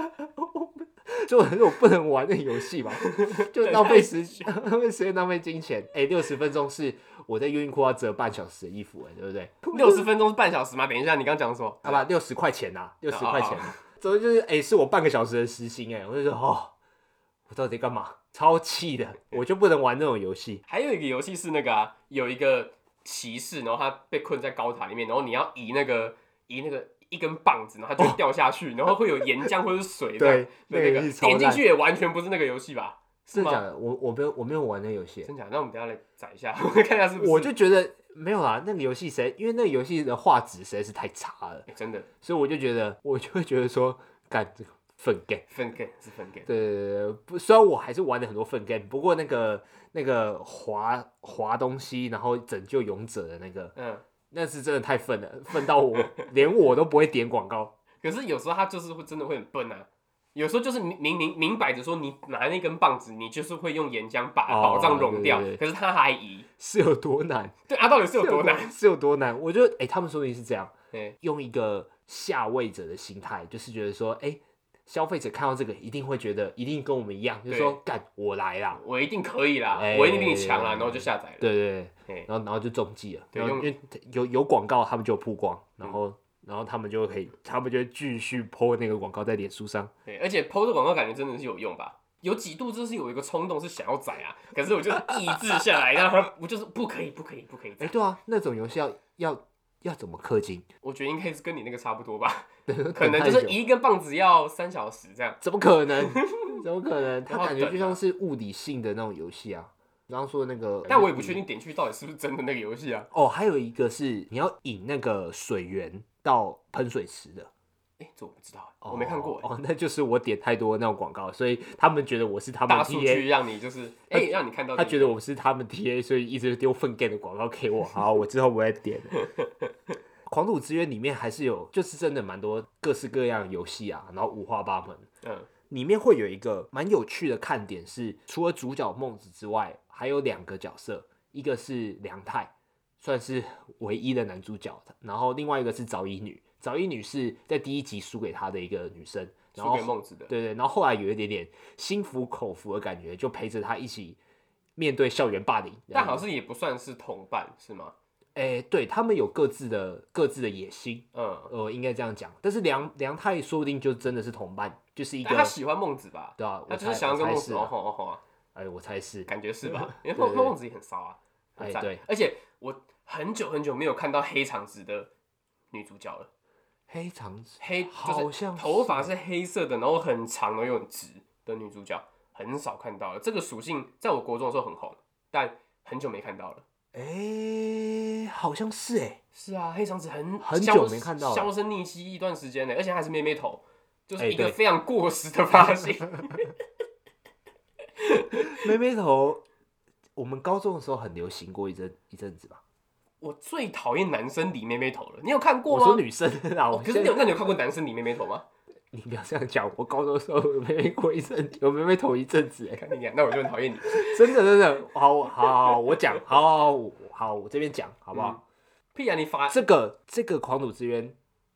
[SPEAKER 2] *laughs* 就很我不能玩那游戏吧，就浪费时间、 *laughs* 浪费时间、浪费金钱。哎、六十分钟是我在优衣库要折半小时的衣服、哎，对不对？
[SPEAKER 1] 六十分钟是半小时吗？等一下，你刚讲什么？
[SPEAKER 2] 好吧，六十块钱呐、六十
[SPEAKER 1] 哦
[SPEAKER 2] 块钱、啊， *laughs* 总之就是哎、是我半个小时的时薪哎、我就说哦，我到底干嘛？超气的，我就不能玩那种游戏。
[SPEAKER 1] 还有一个游戏是那个啊，有一个骑士，然后他被困在高塔里面，然后你要移那个移那个一根棒子，然后他就会掉下去，然后会有岩浆或者是水这样。
[SPEAKER 2] 对，那
[SPEAKER 1] 哦对，
[SPEAKER 2] 个
[SPEAKER 1] 那
[SPEAKER 2] 游
[SPEAKER 1] 个
[SPEAKER 2] 戏超
[SPEAKER 1] 点进
[SPEAKER 2] 烂
[SPEAKER 1] 去，也完全不是那个游戏吧？是
[SPEAKER 2] 真的假
[SPEAKER 1] 吗？
[SPEAKER 2] 的？我我没有我没有玩那游戏，
[SPEAKER 1] 真假的？那我们等一下来载一下， *laughs* 我看一下是不是。
[SPEAKER 2] 我就觉得没有啦。那个游戏谁？因为那个游戏的画质实在是太差了，
[SPEAKER 1] 欸真的
[SPEAKER 2] 所以我就觉得我就会觉得说干这个粪 game。
[SPEAKER 1] 分 game 是分 game，
[SPEAKER 2] 对对对对，不，虽然我还是玩了很多粪 game，不过那个那个滑滑东西，然后拯救勇者的那个，
[SPEAKER 1] 嗯。
[SPEAKER 2] 那是真的太愤了，愤到我 *laughs* 连我都不会点广告。
[SPEAKER 1] 可是有时候他就是会真的会很笨啊。有时候就是明明明明摆着说你拿那根棒子，你就是会用岩浆把
[SPEAKER 2] 哦
[SPEAKER 1] 宝藏融掉，
[SPEAKER 2] 对对对
[SPEAKER 1] 可是他还移。
[SPEAKER 2] 是有多难？
[SPEAKER 1] 对啊，到 *laughs* 底是有多难？
[SPEAKER 2] *laughs* 是有多难？我觉得，哎、他们说不定是这样，
[SPEAKER 1] 对，
[SPEAKER 2] 用一个下位者的心态，就是觉得说，哎、消费者看到这个一定会觉得，一定跟我们一样，就
[SPEAKER 1] 对
[SPEAKER 2] 说干我来啦。
[SPEAKER 1] 我一定可以啦，
[SPEAKER 2] 哎
[SPEAKER 1] 我一定比你强啦，啊然后就下载了。
[SPEAKER 2] 对对
[SPEAKER 1] 嘿
[SPEAKER 2] 对，然后然后就中计了，
[SPEAKER 1] 对
[SPEAKER 2] 然后因
[SPEAKER 1] 用嗯
[SPEAKER 2] 为有有广告，他们就有曝光，然后、然后他们就可以，他们就会继续 po 那个广告在脸书上。
[SPEAKER 1] 对，而且 PO 的广告感觉真的是有用吧？有几度就是有一个冲动是想要宰啊，可是我就是抑制下来，然后我就是不可以，不可以，不可以宰。
[SPEAKER 2] 哎、对啊，那种游戏要要要怎么氪金？
[SPEAKER 1] 我觉得应该是跟你那个差不多
[SPEAKER 2] *laughs*
[SPEAKER 1] 吧，可
[SPEAKER 2] 可
[SPEAKER 1] 能就是一根棒子要三小时这样。
[SPEAKER 2] 怎么可能？ *laughs* 怎么可能？它
[SPEAKER 1] 要
[SPEAKER 2] 感觉
[SPEAKER 1] 等
[SPEAKER 2] 就
[SPEAKER 1] 啊
[SPEAKER 2] 像是物理性的那种游戏啊。然后说那个，
[SPEAKER 1] 但我也不确定点去到底是不是真的那个游戏啊。
[SPEAKER 2] 哦。还有一个是你要引那个水源到喷水池的，
[SPEAKER 1] 哎、这我不知道，我没看过、
[SPEAKER 2] 哦。哦，那就是我点太多那种广告，所以他们觉得我是他们
[SPEAKER 1] 大数
[SPEAKER 2] TA，
[SPEAKER 1] 据让你就是哎、欸让你看到
[SPEAKER 2] 他
[SPEAKER 1] 这个、
[SPEAKER 2] 觉得我是他们 TA，所以一直丢粪 gay 的广告给我。好，我之后不会点。
[SPEAKER 1] *laughs*
[SPEAKER 2] 狂赌之渊里面还是有，就是真的蛮多各式各样的游戏啊，然后五花八门。
[SPEAKER 1] 嗯，
[SPEAKER 2] 里面会有一个蛮有趣的看点是，除了主角孟子之外，还有两个角色，一个是梁太，算是唯一的男主角，然后另外一个是早乙女，早乙女是在第一集输给他的一个女生，然
[SPEAKER 1] 输
[SPEAKER 2] 后
[SPEAKER 1] 给孟子的，
[SPEAKER 2] 对对，然后后来有一点点心服口服的感觉，就陪着他一起面对校园霸凌。
[SPEAKER 1] 但好像也不算是同伴是吗？
[SPEAKER 2] 哎，对他们有各自的各自的野心，
[SPEAKER 1] 嗯，
[SPEAKER 2] 呃，应该这样讲。但是梁梁太说不定就真的是同伴，就是一个
[SPEAKER 1] 但他喜欢孟子吧？
[SPEAKER 2] 对啊，
[SPEAKER 1] 他
[SPEAKER 2] 我
[SPEAKER 1] 就是
[SPEAKER 2] 猜
[SPEAKER 1] 想要
[SPEAKER 2] 我
[SPEAKER 1] 跟
[SPEAKER 2] 猜
[SPEAKER 1] 孟
[SPEAKER 2] 是
[SPEAKER 1] 子哦
[SPEAKER 2] 啊，
[SPEAKER 1] 吼哦吼啊，
[SPEAKER 2] 哎，我猜是。 *laughs*
[SPEAKER 1] 感觉是吧？因
[SPEAKER 2] 对
[SPEAKER 1] 为孟
[SPEAKER 2] 对
[SPEAKER 1] 孟子也很骚啊，很
[SPEAKER 2] 哎
[SPEAKER 1] 赞
[SPEAKER 2] 对
[SPEAKER 1] 而且我很久很久没有看到黑长直的女主角了。
[SPEAKER 2] 黑长直，
[SPEAKER 1] 黑
[SPEAKER 2] 好
[SPEAKER 1] 就是
[SPEAKER 2] 像
[SPEAKER 1] 头发是黑色的，然后很长，然后又很直的女主角很少看到了。这个属性在我国中的时候很红，但很久没看到了。
[SPEAKER 2] 哎、好像是哎、
[SPEAKER 1] 是啊，黑长直很
[SPEAKER 2] 很
[SPEAKER 1] 销
[SPEAKER 2] 久没看到了
[SPEAKER 1] 销声匿迹一段时间呢，而且还是妹妹头，就是
[SPEAKER 2] 哎
[SPEAKER 1] 一个
[SPEAKER 2] 对
[SPEAKER 1] 非常过时的发型。 *laughs*
[SPEAKER 2] 妹妹头，我们高中的时候很流行过一阵一阵子吧。
[SPEAKER 1] 我最讨厌男生理妹妹头了，你有看过
[SPEAKER 2] 我
[SPEAKER 1] 吗？
[SPEAKER 2] 说女生啊，
[SPEAKER 1] 哦
[SPEAKER 2] 我
[SPEAKER 1] 可是
[SPEAKER 2] 现在
[SPEAKER 1] 你有那你有看过男生理妹妹头吗？
[SPEAKER 2] 你不要这样讲，我高中的时候有妹妹过一阵，有妹妹头一阵子哎、
[SPEAKER 1] 看你俩，那我就很讨厌你。
[SPEAKER 2] 真的真的，好好好，我讲，好好好我好，我这边讲好不好？
[SPEAKER 1] 屁啊，你发
[SPEAKER 2] 这个这个狂赌之渊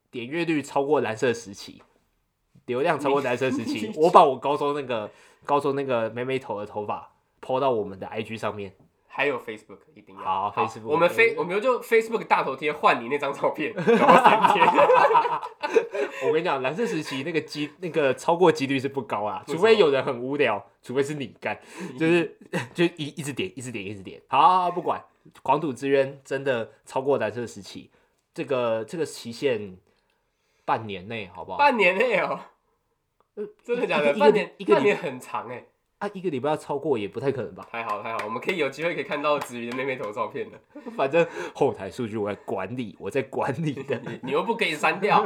[SPEAKER 2] 点阅率超过蓝色时期，流量超过蓝色时期，我把我高中那个高中那个妹妹头的头发抛到我们的 IG 上面，
[SPEAKER 1] 还有 Facebook 一定要
[SPEAKER 2] 好 Facebook 哎
[SPEAKER 1] 我们
[SPEAKER 2] 对
[SPEAKER 1] Face 我们就 Facebook 大头贴换你那张照片，然后三天。
[SPEAKER 2] 我跟你讲，蓝色时期那个机那个超过几率是不高啊，
[SPEAKER 1] 为什么
[SPEAKER 2] 除非有人很无聊，除非是你干，就是就一一直点一直点一直点，好好好不管，狂赌之渊真的超过蓝色时期，这个这个期限半年内好不好？
[SPEAKER 1] 半年内哦、真的假
[SPEAKER 2] 呃一
[SPEAKER 1] 的？
[SPEAKER 2] 个
[SPEAKER 1] 半年
[SPEAKER 2] 一个礼
[SPEAKER 1] 半年很长哎、
[SPEAKER 2] 啊，一个礼拜要超过也不太可能吧，
[SPEAKER 1] 太好了太好了，我们可以有机会可以看到子瑜的妹妹头照片了。
[SPEAKER 2] 反正后台数据我在管理，我在管理 *laughs* 的，
[SPEAKER 1] 你又不可以删掉，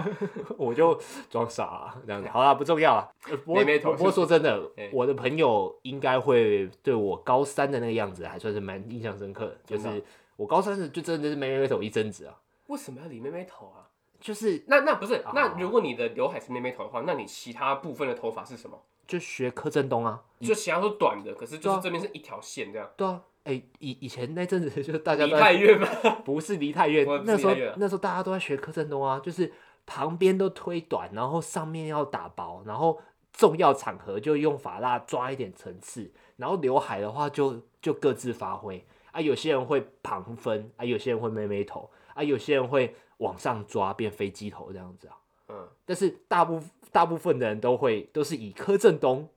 [SPEAKER 2] 我就装傻、啊、这样子。好啦，不重要啊。呃不过
[SPEAKER 1] 妹妹头
[SPEAKER 2] 不过说真的
[SPEAKER 1] 哎，
[SPEAKER 2] 我的朋友应该会对我高三的那个样子还算是蛮印象深刻的，就
[SPEAKER 1] 真的啊
[SPEAKER 2] 是我高三时就真的是妹妹头一阵子啊，
[SPEAKER 1] 为什么要理妹妹头啊？
[SPEAKER 2] 就是
[SPEAKER 1] 那那不是
[SPEAKER 2] 啊，
[SPEAKER 1] 那如果你的刘海是妹妹头的话，那你其他部分的头发是什么？
[SPEAKER 2] 就学柯震东啊，
[SPEAKER 1] 就其他都短的，可是就
[SPEAKER 2] 对啊
[SPEAKER 1] 是这边是一条线这样。
[SPEAKER 2] 对啊，哎、以以前那阵子就是大家
[SPEAKER 1] 离
[SPEAKER 2] 都在
[SPEAKER 1] 太远吗？
[SPEAKER 2] *laughs* 不是离太远
[SPEAKER 1] 我也，不是
[SPEAKER 2] 那时候
[SPEAKER 1] 离太远啊
[SPEAKER 2] 那时候大家都在学柯震东啊，就是旁边都推短，然后上面要打薄，然后重要场合就用发蜡抓一点层次，然后刘海的话就就各自发挥啊，有些人会旁分啊，有些人会妹妹头啊，有些人会往上抓变飞机头这样子啊，
[SPEAKER 1] 嗯，
[SPEAKER 2] 但是大部大部分的人都会都是以柯震东。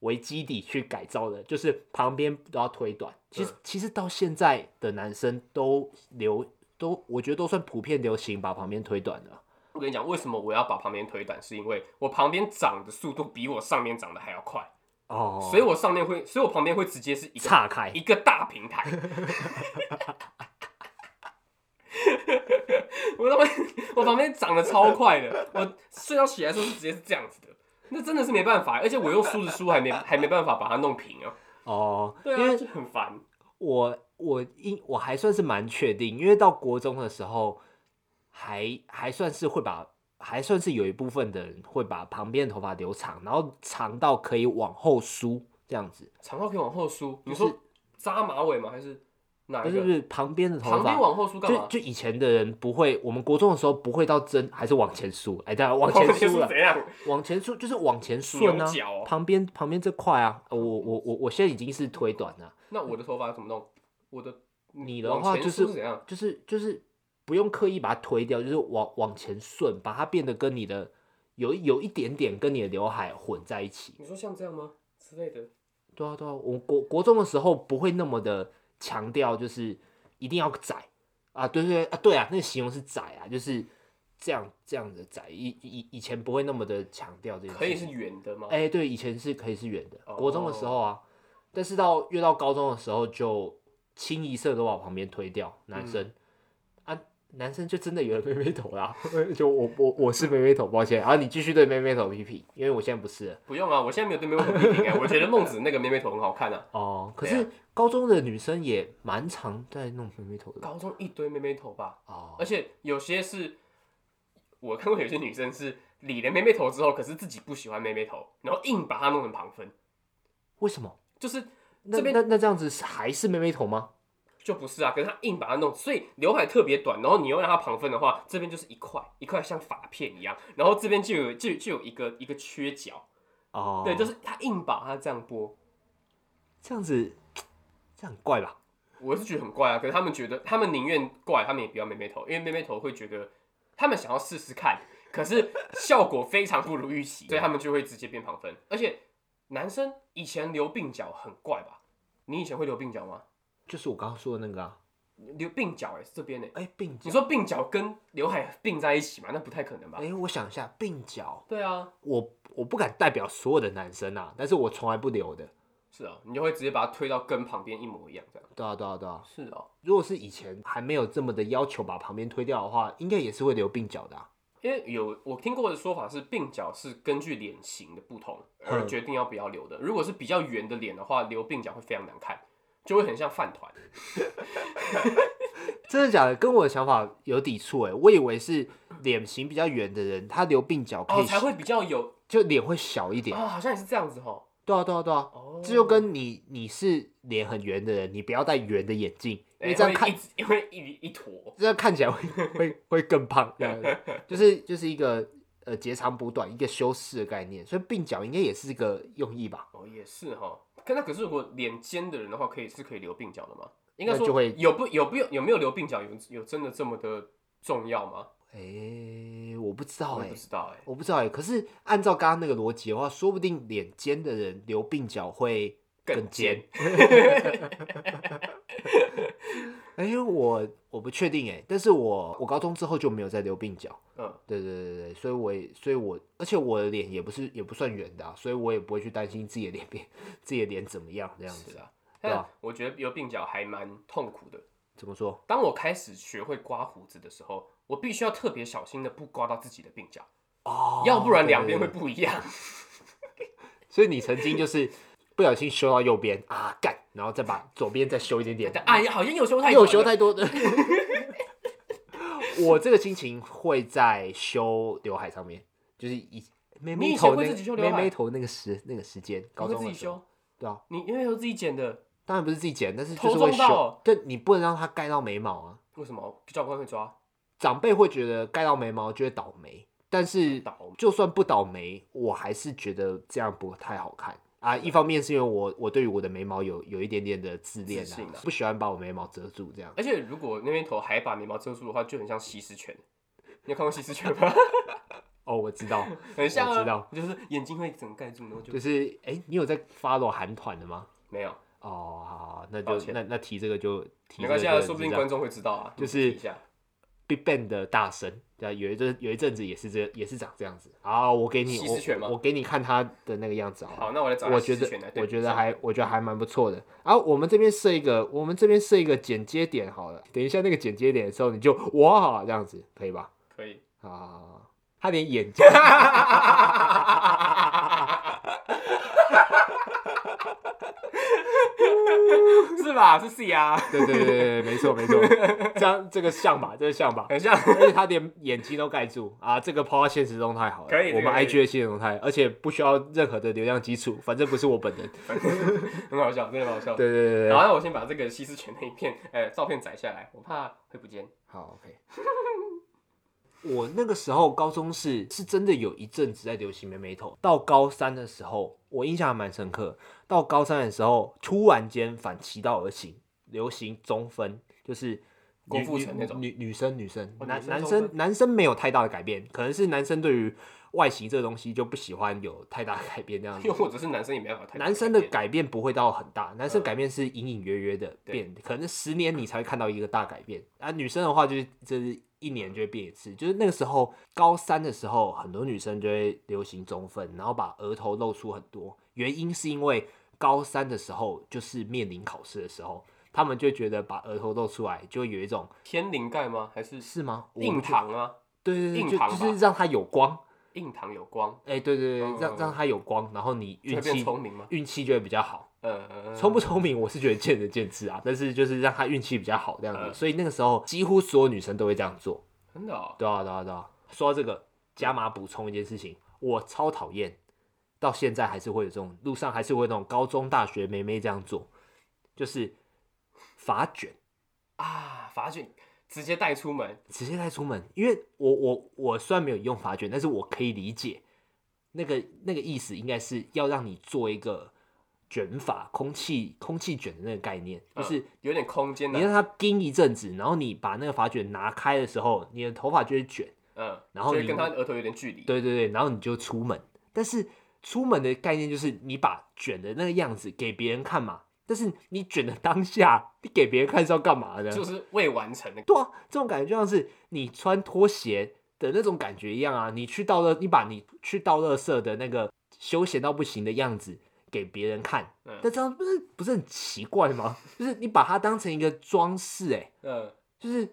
[SPEAKER 2] 为基底去改造的，就是旁边都要推短。其实
[SPEAKER 1] 嗯
[SPEAKER 2] 其实到现在的男生都流都，我觉得都算普遍流行把旁边推短的。
[SPEAKER 1] 我跟你讲，为什么我要把旁边推短，是因为我旁边长的速度比我上面长的还要快，
[SPEAKER 2] 哦
[SPEAKER 1] 所以我上面会，所以我旁边会直接是一个
[SPEAKER 2] 岔开
[SPEAKER 1] 一个大平台。我他妈，我旁边长得超快的，我睡觉起来的时候是直接是这样子的，那真的是没办法，而且我用梳子梳还没还没办法把它弄平啊，
[SPEAKER 2] 哦，
[SPEAKER 1] 对
[SPEAKER 2] 因
[SPEAKER 1] 啊，
[SPEAKER 2] 为
[SPEAKER 1] 就很烦。
[SPEAKER 2] 我我应我还算是蛮确定，因为到国中的时候还还算是会把。还算是有一部分的人会把旁边的头发留长，然后长到可以往后梳这样子，
[SPEAKER 1] 长到可以往后梳，你
[SPEAKER 2] 就是
[SPEAKER 1] 说扎马尾吗？还是哪
[SPEAKER 2] 不
[SPEAKER 1] 一
[SPEAKER 2] 是不
[SPEAKER 1] 个？
[SPEAKER 2] 是旁边的头
[SPEAKER 1] 旁
[SPEAKER 2] 发
[SPEAKER 1] 边往后梳干
[SPEAKER 2] 就
[SPEAKER 1] 嘛？
[SPEAKER 2] 就以前的人不会，我们国中的时候不会到真，还是往前梳，哎，当然往前
[SPEAKER 1] *laughs*
[SPEAKER 2] 梳了
[SPEAKER 1] 怎，样？
[SPEAKER 2] 往前梳就是往前顺啊
[SPEAKER 1] 牛角哦，
[SPEAKER 2] 旁边旁边这块啊，呃我我我我现在已经是推短了，
[SPEAKER 1] 那我的头发怎么弄？我的
[SPEAKER 2] 你的
[SPEAKER 1] 往
[SPEAKER 2] 话
[SPEAKER 1] 前
[SPEAKER 2] 就是
[SPEAKER 1] 梳怎样？
[SPEAKER 2] 就是就是不用刻意把它推掉，就是往往前顺，把它变得跟你的有有一点点跟你的刘海混在一起。
[SPEAKER 1] 你说像这样吗？之类的。
[SPEAKER 2] 对啊对啊，我国国中的时候不会那么的强调，就是一定要窄啊，对对啊对啊，那个形容是窄啊，就是这样这样的窄，以以以前不会那么的强调这个。
[SPEAKER 1] 可以是圆的吗？
[SPEAKER 2] 哎、对，以前是可以是圆的，
[SPEAKER 1] 哦
[SPEAKER 2] 国中的时候啊，但是到越到高中的时候，就清一色都往旁边推掉，男生、
[SPEAKER 1] 嗯
[SPEAKER 2] 啊，男生就真的有了妹妹头啦， *laughs* 就我我我是妹妹头，抱歉，然、啊、后你继续对妹妹头批评，因为我现在不是了
[SPEAKER 1] 不用啊，我现在没有对妹妹头批评哎，我觉得孟子那个妹妹头很好看啊。
[SPEAKER 2] 哦，可
[SPEAKER 1] 对啊
[SPEAKER 2] 是高中的女生也蛮常在弄妹妹头的吧
[SPEAKER 1] 高中一堆妹妹头吧，
[SPEAKER 2] 哦
[SPEAKER 1] 而，且有些是，我看过有些女生是理了妹妹头之后，可是自己不喜欢妹妹头，然后硬把它弄成旁分，
[SPEAKER 2] 为什么？
[SPEAKER 1] 就是
[SPEAKER 2] 那
[SPEAKER 1] 这边
[SPEAKER 2] 那那这样子是还是妹妹头吗？
[SPEAKER 1] 就不是啊，可是他硬把它弄，所以刘海特别短，然后你又让它旁分的话，这边就是一块一块像发片一样，然后这边就有就就有一个一个缺角，
[SPEAKER 2] 哦，
[SPEAKER 1] 对，就是是他硬把它这样拨，
[SPEAKER 2] 这样子，这样很怪吧？
[SPEAKER 1] 我是觉得很怪啊，可是他们觉得他们宁愿怪，他们也不要妹妹头，因为妹妹头会觉得他们想要试试看，可是效果非常不如预期，所以他们就会直接变旁分，而且男生以前留鬓角很怪吧？你以前会留鬓角吗？
[SPEAKER 2] 就是我刚刚说的那个啊，
[SPEAKER 1] 留鬓角哎、是这边哎、
[SPEAKER 2] 哎、鬓
[SPEAKER 1] 你
[SPEAKER 2] 角，
[SPEAKER 1] 说鬓角跟刘海并在一起嘛？那不太可能吧？
[SPEAKER 2] 哎、我想一下，鬓角，
[SPEAKER 1] 对啊，
[SPEAKER 2] 我我不敢代表所有的男生啊，但是我从来不留的。
[SPEAKER 1] 是啊，你就会直接把它推到跟旁边一模一样这样。
[SPEAKER 2] 对啊，对啊，对啊。
[SPEAKER 1] 是哦，
[SPEAKER 2] 如果是以前还没有这么的要求把旁边推掉的话，应该也是会留鬓角的、啊。
[SPEAKER 1] 因为有我听过的说法是，鬓角是根据脸型的不同而
[SPEAKER 2] 嗯
[SPEAKER 1] 决定要不要留的。如果是比较圆的脸的话，留鬓角会非常难看，就会很像饭团。
[SPEAKER 2] 真的假的？跟我的想法有抵触哎、我以为是脸型比较圆的人，他留鬓角可
[SPEAKER 1] 哦，
[SPEAKER 2] 以、
[SPEAKER 1] 才会比较有
[SPEAKER 2] 就脸会小一点。
[SPEAKER 1] 哦，好像也是这样子哦。
[SPEAKER 2] 对啊，对啊，对啊。
[SPEAKER 1] 哦，
[SPEAKER 2] 这就跟你你是脸很圆的人，你不要戴圆的眼镜，因
[SPEAKER 1] 哎
[SPEAKER 2] 为这样
[SPEAKER 1] 会
[SPEAKER 2] 看
[SPEAKER 1] 一直因为一一坨。
[SPEAKER 2] 这样看起来
[SPEAKER 1] *laughs*
[SPEAKER 2] 会会会更胖，这样子就是就是一个呃截长补短，一个修饰的概念，所以鬓角应该也是一个用意吧？
[SPEAKER 1] 哦，也是哈。可那可是如果脸尖的人的话，可以是可以留鬓角的吗？应该
[SPEAKER 2] 那
[SPEAKER 1] 说
[SPEAKER 2] 就会
[SPEAKER 1] 有不有不有有没有留鬓角有有真的这么的重要吗？
[SPEAKER 2] 哎、我不知道
[SPEAKER 1] 我
[SPEAKER 2] 哎、
[SPEAKER 1] 也不知道哎、
[SPEAKER 2] 我不知道哎、可是按照刚刚那个逻辑的话，说不定脸尖的人留鬓角会更尖。
[SPEAKER 1] *laughs*
[SPEAKER 2] 哎、我我不确定哎、但是我我高中之后就没有再留鬓角。
[SPEAKER 1] 嗯，
[SPEAKER 2] 对对对对，所以我也，所以我，而且我的脸也不是也不算圆的、啊，所以我也不会去担心自己的脸变， *laughs* 自己的脸怎么样这样
[SPEAKER 1] 是
[SPEAKER 2] 子。
[SPEAKER 1] 啊。
[SPEAKER 2] 对啊
[SPEAKER 1] 但我觉得留鬓角还蛮痛苦的。
[SPEAKER 2] 怎么说？
[SPEAKER 1] 当我开始学会刮胡子的时候，我必须要特别小心的不刮到自己的鬓角，
[SPEAKER 2] 哦
[SPEAKER 1] *laughs* 要不然两边会。不一样。 *laughs*
[SPEAKER 2] 所以你曾经就是不小心修到右边啊，干，然后再把左边再修一
[SPEAKER 1] *laughs*
[SPEAKER 2] 点点，
[SPEAKER 1] 哎呀，好像有时候太
[SPEAKER 2] 又
[SPEAKER 1] 短
[SPEAKER 2] 修
[SPEAKER 1] 了 *laughs*
[SPEAKER 2] 太多的。我这个心情会在修刘海上面，就是以妹
[SPEAKER 1] 你
[SPEAKER 2] 妹
[SPEAKER 1] 以前
[SPEAKER 2] 头
[SPEAKER 1] 会
[SPEAKER 2] 那
[SPEAKER 1] 自己修刘
[SPEAKER 2] 妹
[SPEAKER 1] 海
[SPEAKER 2] 妹头那个时那个时间，
[SPEAKER 1] 你
[SPEAKER 2] 高
[SPEAKER 1] 会
[SPEAKER 2] 中
[SPEAKER 1] 自己
[SPEAKER 2] 的时候
[SPEAKER 1] 修，
[SPEAKER 2] 对啊，
[SPEAKER 1] 你因为都自己剪的，
[SPEAKER 2] 当然不是自己剪，但是就
[SPEAKER 1] 头
[SPEAKER 2] 是会
[SPEAKER 1] 撞到哦
[SPEAKER 2] 修，但你不能让它盖到眉毛啊。
[SPEAKER 1] 为什么教官会抓？
[SPEAKER 2] 长辈会觉得盖到眉毛就会倒霉，但是
[SPEAKER 1] 倒霉
[SPEAKER 2] 就算不倒霉，我还是觉得这样不太好看啊。一方面是因为我我对于我的眉毛有有一点点的自恋
[SPEAKER 1] 自
[SPEAKER 2] 啊
[SPEAKER 1] 信啊，
[SPEAKER 2] 不喜欢把我眉毛遮住这样。
[SPEAKER 1] 而且如果那边头还把眉毛遮住的话，就很像西施犬。你有看过西施犬吗？ *laughs*
[SPEAKER 2] 哦，我知道，
[SPEAKER 1] 很像、啊，
[SPEAKER 2] 我知道，
[SPEAKER 1] 就是眼睛会整盖住，然后就
[SPEAKER 2] 就是哎、你有在 follow 韩团的吗？
[SPEAKER 1] 没有，
[SPEAKER 2] 哦，好好，那
[SPEAKER 1] 抱
[SPEAKER 2] 就
[SPEAKER 1] 歉
[SPEAKER 2] 那那提这个就
[SPEAKER 1] 没
[SPEAKER 2] 提这
[SPEAKER 1] 关
[SPEAKER 2] 个
[SPEAKER 1] 系
[SPEAKER 2] 就
[SPEAKER 1] 啊，
[SPEAKER 2] 很
[SPEAKER 1] 说不定
[SPEAKER 2] 智障
[SPEAKER 1] 观众会知道啊，
[SPEAKER 2] 就是
[SPEAKER 1] 你提一下。
[SPEAKER 2] Big Bang 的大神，对啊，有一阵有一阵子也是这也是长这样子。好，我给你
[SPEAKER 1] 西施犬吗
[SPEAKER 2] 我我给你看他的那个样子好了
[SPEAKER 1] 好，那我来找一下
[SPEAKER 2] 我觉
[SPEAKER 1] 西施
[SPEAKER 2] 得
[SPEAKER 1] 犬来对
[SPEAKER 2] 我
[SPEAKER 1] 比
[SPEAKER 2] 觉
[SPEAKER 1] 一
[SPEAKER 2] 得
[SPEAKER 1] 下
[SPEAKER 2] 还我觉得还蛮不错的。然后我们这边设一个，我们这边设一个剪接点好了。等一下那个剪接点的时候，你就哇这样子可以吧？
[SPEAKER 1] 可以。
[SPEAKER 2] 啊，好好好他连眼睛 *laughs*
[SPEAKER 1] 是吧？是 C 啊，
[SPEAKER 2] 对对对对，对没错没错，这样这个像吧，这个像吧。
[SPEAKER 1] 很像。
[SPEAKER 2] 而且他连眼睛都盖住 *laughs* 啊！这个抛到现实动态好了，
[SPEAKER 1] 可以
[SPEAKER 2] 我们
[SPEAKER 1] 可以
[SPEAKER 2] IG 的现实动态，而且不需要任何的流量基础，反正不是我本人。
[SPEAKER 1] 很好笑，真的很好笑。
[SPEAKER 2] *laughs* 对对对对
[SPEAKER 1] 然后
[SPEAKER 2] 对，
[SPEAKER 1] 那我先把这个西施犬那一片，呃，照片载下来，我怕会不见。
[SPEAKER 2] 好 OK。我那个时候高中是是真的有一阵子在流行妹妹头，到高三的时候，我印象还蛮深刻。到高三的时候，突然间反其道而行，流行中分，就是
[SPEAKER 1] 郭
[SPEAKER 2] 女
[SPEAKER 1] 富
[SPEAKER 2] 女
[SPEAKER 1] 城那种
[SPEAKER 2] 女女生女生
[SPEAKER 1] 哦
[SPEAKER 2] 男
[SPEAKER 1] 女生
[SPEAKER 2] 男
[SPEAKER 1] 中
[SPEAKER 2] 生
[SPEAKER 1] 分
[SPEAKER 2] 男生没有太大的改变，可能是男生对于外形这个东西就不喜欢有太大的改变
[SPEAKER 1] *laughs*
[SPEAKER 2] 这样子
[SPEAKER 1] 又。或者是男生也没办法太
[SPEAKER 2] 男生的
[SPEAKER 1] 改
[SPEAKER 2] 改变不会到很大，男生
[SPEAKER 1] 嗯
[SPEAKER 2] 改变是隐隐约约的
[SPEAKER 1] 对
[SPEAKER 2] 变，可能十年你才会看到一个大改变。啊，女生的话就是就是一年就会变一次，就是那个时候高三的时候，很多女生就会流行中分，然后把额头露出很多。原因是因为高三的时候就是面临考试的时候，她们就觉得把额头露出来，就会有一种
[SPEAKER 1] 天灵盖吗？还是
[SPEAKER 2] 是吗？我
[SPEAKER 1] 硬
[SPEAKER 2] 不确，
[SPEAKER 1] 糖啊？
[SPEAKER 2] 对对对，
[SPEAKER 1] 硬
[SPEAKER 2] 就
[SPEAKER 1] 糖
[SPEAKER 2] 就
[SPEAKER 1] 吧
[SPEAKER 2] 是让它有光。
[SPEAKER 1] 硬糖有光，
[SPEAKER 2] 哎、对对
[SPEAKER 1] 嗯
[SPEAKER 2] 对，
[SPEAKER 1] 嗯
[SPEAKER 2] 让让它有光，然后你
[SPEAKER 1] 就
[SPEAKER 2] 运
[SPEAKER 1] 会变
[SPEAKER 2] 气
[SPEAKER 1] 聪明吗？
[SPEAKER 2] 运气就会比较好。
[SPEAKER 1] 呃，
[SPEAKER 2] 聪不聪明，我是觉得见仁见智啊。但是就是让他运气比较好这样子，
[SPEAKER 1] 嗯
[SPEAKER 2] 所以那个时候几乎所有女生都会这样做。
[SPEAKER 1] 真的哦，
[SPEAKER 2] 对啊，对啊，对啊。说到这个，加码补充一件事情，我超讨厌，到现在还是会有这种路上还是会有那种高中、大学妹妹这样做，就是发卷
[SPEAKER 1] 啊，法卷直接带出门，
[SPEAKER 2] 直接带出门。因为我我我虽然没有用发卷，但是我可以理解那个那个意思，应该是要让你做一个卷发、空气空气卷的那个概念，就是。
[SPEAKER 1] 嗯有点空间
[SPEAKER 2] 你
[SPEAKER 1] 的，
[SPEAKER 2] 让它盯一阵子，然后你把那个发卷拿开的时候，你的头发就会卷，
[SPEAKER 1] 嗯，
[SPEAKER 2] 然后
[SPEAKER 1] 就会
[SPEAKER 2] 你
[SPEAKER 1] 跟他额头有点距离，
[SPEAKER 2] 对对对，然后你就出门。但是出门的概念就是你把卷的那个样子给别人看嘛，但是你卷的当下，你给别人看是要干嘛的？ *laughs*
[SPEAKER 1] 就是未完成的。
[SPEAKER 2] 对啊，这种感觉就像是你穿拖鞋的那种感觉一样啊。你去到了，你把你去到垃圾的那个休闲到不行的样子给别人看，
[SPEAKER 1] 嗯
[SPEAKER 2] 但这样不是不是很奇怪吗？就是你把它当成一个装饰，哎，
[SPEAKER 1] 嗯，
[SPEAKER 2] 就是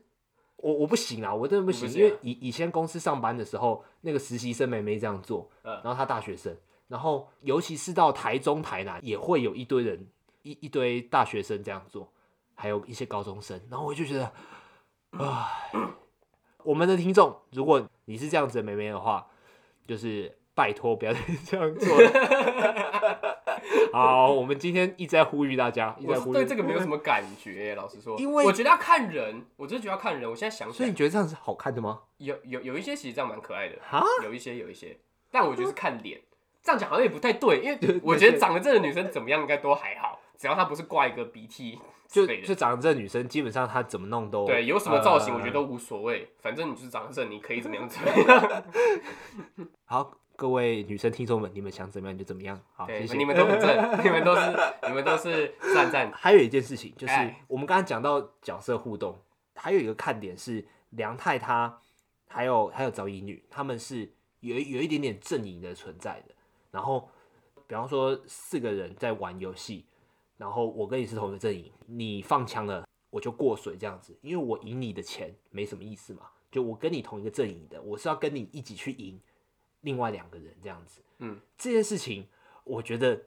[SPEAKER 2] 我我不行啊，我真的不行，
[SPEAKER 1] 你不行
[SPEAKER 2] 因
[SPEAKER 1] 啊
[SPEAKER 2] 为以以前公司上班的时候，那个实习生妹妹这样做，
[SPEAKER 1] 嗯
[SPEAKER 2] 然后她大学生，然后尤其是到台中、台南，也会有一堆人一一堆大学生这样做，还有一些高中生，然后我就觉得，唉，我们的听众，如果你是这样子的妹妹的话，就是。拜托，不要再 *laughs* 这样做了。
[SPEAKER 1] *laughs*
[SPEAKER 2] 好，我们今天一直在呼吁大家，一
[SPEAKER 1] 嗯
[SPEAKER 2] 直
[SPEAKER 1] 我
[SPEAKER 2] 在
[SPEAKER 1] 是
[SPEAKER 2] 呼吁。
[SPEAKER 1] 对这个没有什么感觉，老实说，
[SPEAKER 2] 因为
[SPEAKER 1] 我觉得要看人，我真的觉得要看人。我现在想起
[SPEAKER 2] 所以
[SPEAKER 1] 来
[SPEAKER 2] 你，觉得这样是好看的吗？
[SPEAKER 1] 有有有一些其实这样蛮可爱的，
[SPEAKER 2] 哈，
[SPEAKER 1] 有一些有一些，但我觉得是看脸。这样讲好像也不太对，因为我觉得长得这个女生怎么样应该都还好，只要她不是挂一个鼻涕之
[SPEAKER 2] 就哦
[SPEAKER 1] 类的。
[SPEAKER 2] 就长得这女生，基本上她怎么弄都
[SPEAKER 1] 对，有什么造型我觉得
[SPEAKER 2] 呃
[SPEAKER 1] 都无所谓，反正你就是长得正，你可以怎么
[SPEAKER 2] *laughs*
[SPEAKER 1] 样怎么样。
[SPEAKER 2] 好。各位女生听众们，你们想怎么样就怎么样。好，
[SPEAKER 1] 对
[SPEAKER 2] 谢，谢
[SPEAKER 1] 你们都很正，你们都是你们都是赞赞。
[SPEAKER 2] *laughs* 还有一件事情，就是
[SPEAKER 1] 哎
[SPEAKER 2] 我们刚刚讲到角色互动，还有一个看点是梁太她还有还有早乙女，她们是有有一点点阵营的存在的。然后，比方说四个人在玩游戏，然后我跟你是同一个阵营，你放枪了我就过水这样子，因为我赢你的钱没什么意思嘛，就我跟你同一个阵营的，我是要跟你一起去赢另外两个人这样子。
[SPEAKER 1] 嗯，
[SPEAKER 2] 这件事情我觉得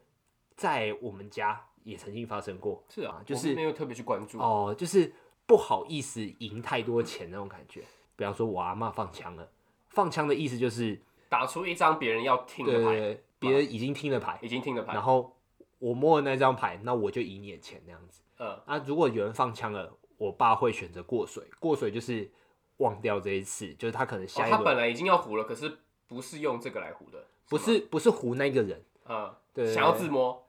[SPEAKER 2] 在我们家也曾经发生过，
[SPEAKER 1] 是啊，
[SPEAKER 2] 就
[SPEAKER 1] 我没
[SPEAKER 2] 是
[SPEAKER 1] 有特别去关注。
[SPEAKER 2] 哦，就是不好意思赢太多钱那种感觉。比方说，我阿妈放枪了，放枪的意思就是
[SPEAKER 1] 打出一张别人要听
[SPEAKER 2] 对
[SPEAKER 1] 的
[SPEAKER 2] 对
[SPEAKER 1] 牌，
[SPEAKER 2] 对，别人已经听了牌，
[SPEAKER 1] 已经听的牌
[SPEAKER 2] 然。后我摸了那张牌，那我就赢你的钱那样子。
[SPEAKER 1] 呃，
[SPEAKER 2] 啊，如果有人放枪了，我爸会选择过水，过水就是忘掉这一次，就是他可能
[SPEAKER 1] 哦
[SPEAKER 2] 下一
[SPEAKER 1] 他
[SPEAKER 2] 轮、
[SPEAKER 1] 本来已经要胡了，可是不是用这个来胡的，
[SPEAKER 2] 不
[SPEAKER 1] 吗
[SPEAKER 2] 是不是胡那个人，
[SPEAKER 1] 呃，
[SPEAKER 2] 对对
[SPEAKER 1] 想要
[SPEAKER 2] 对
[SPEAKER 1] 自摸，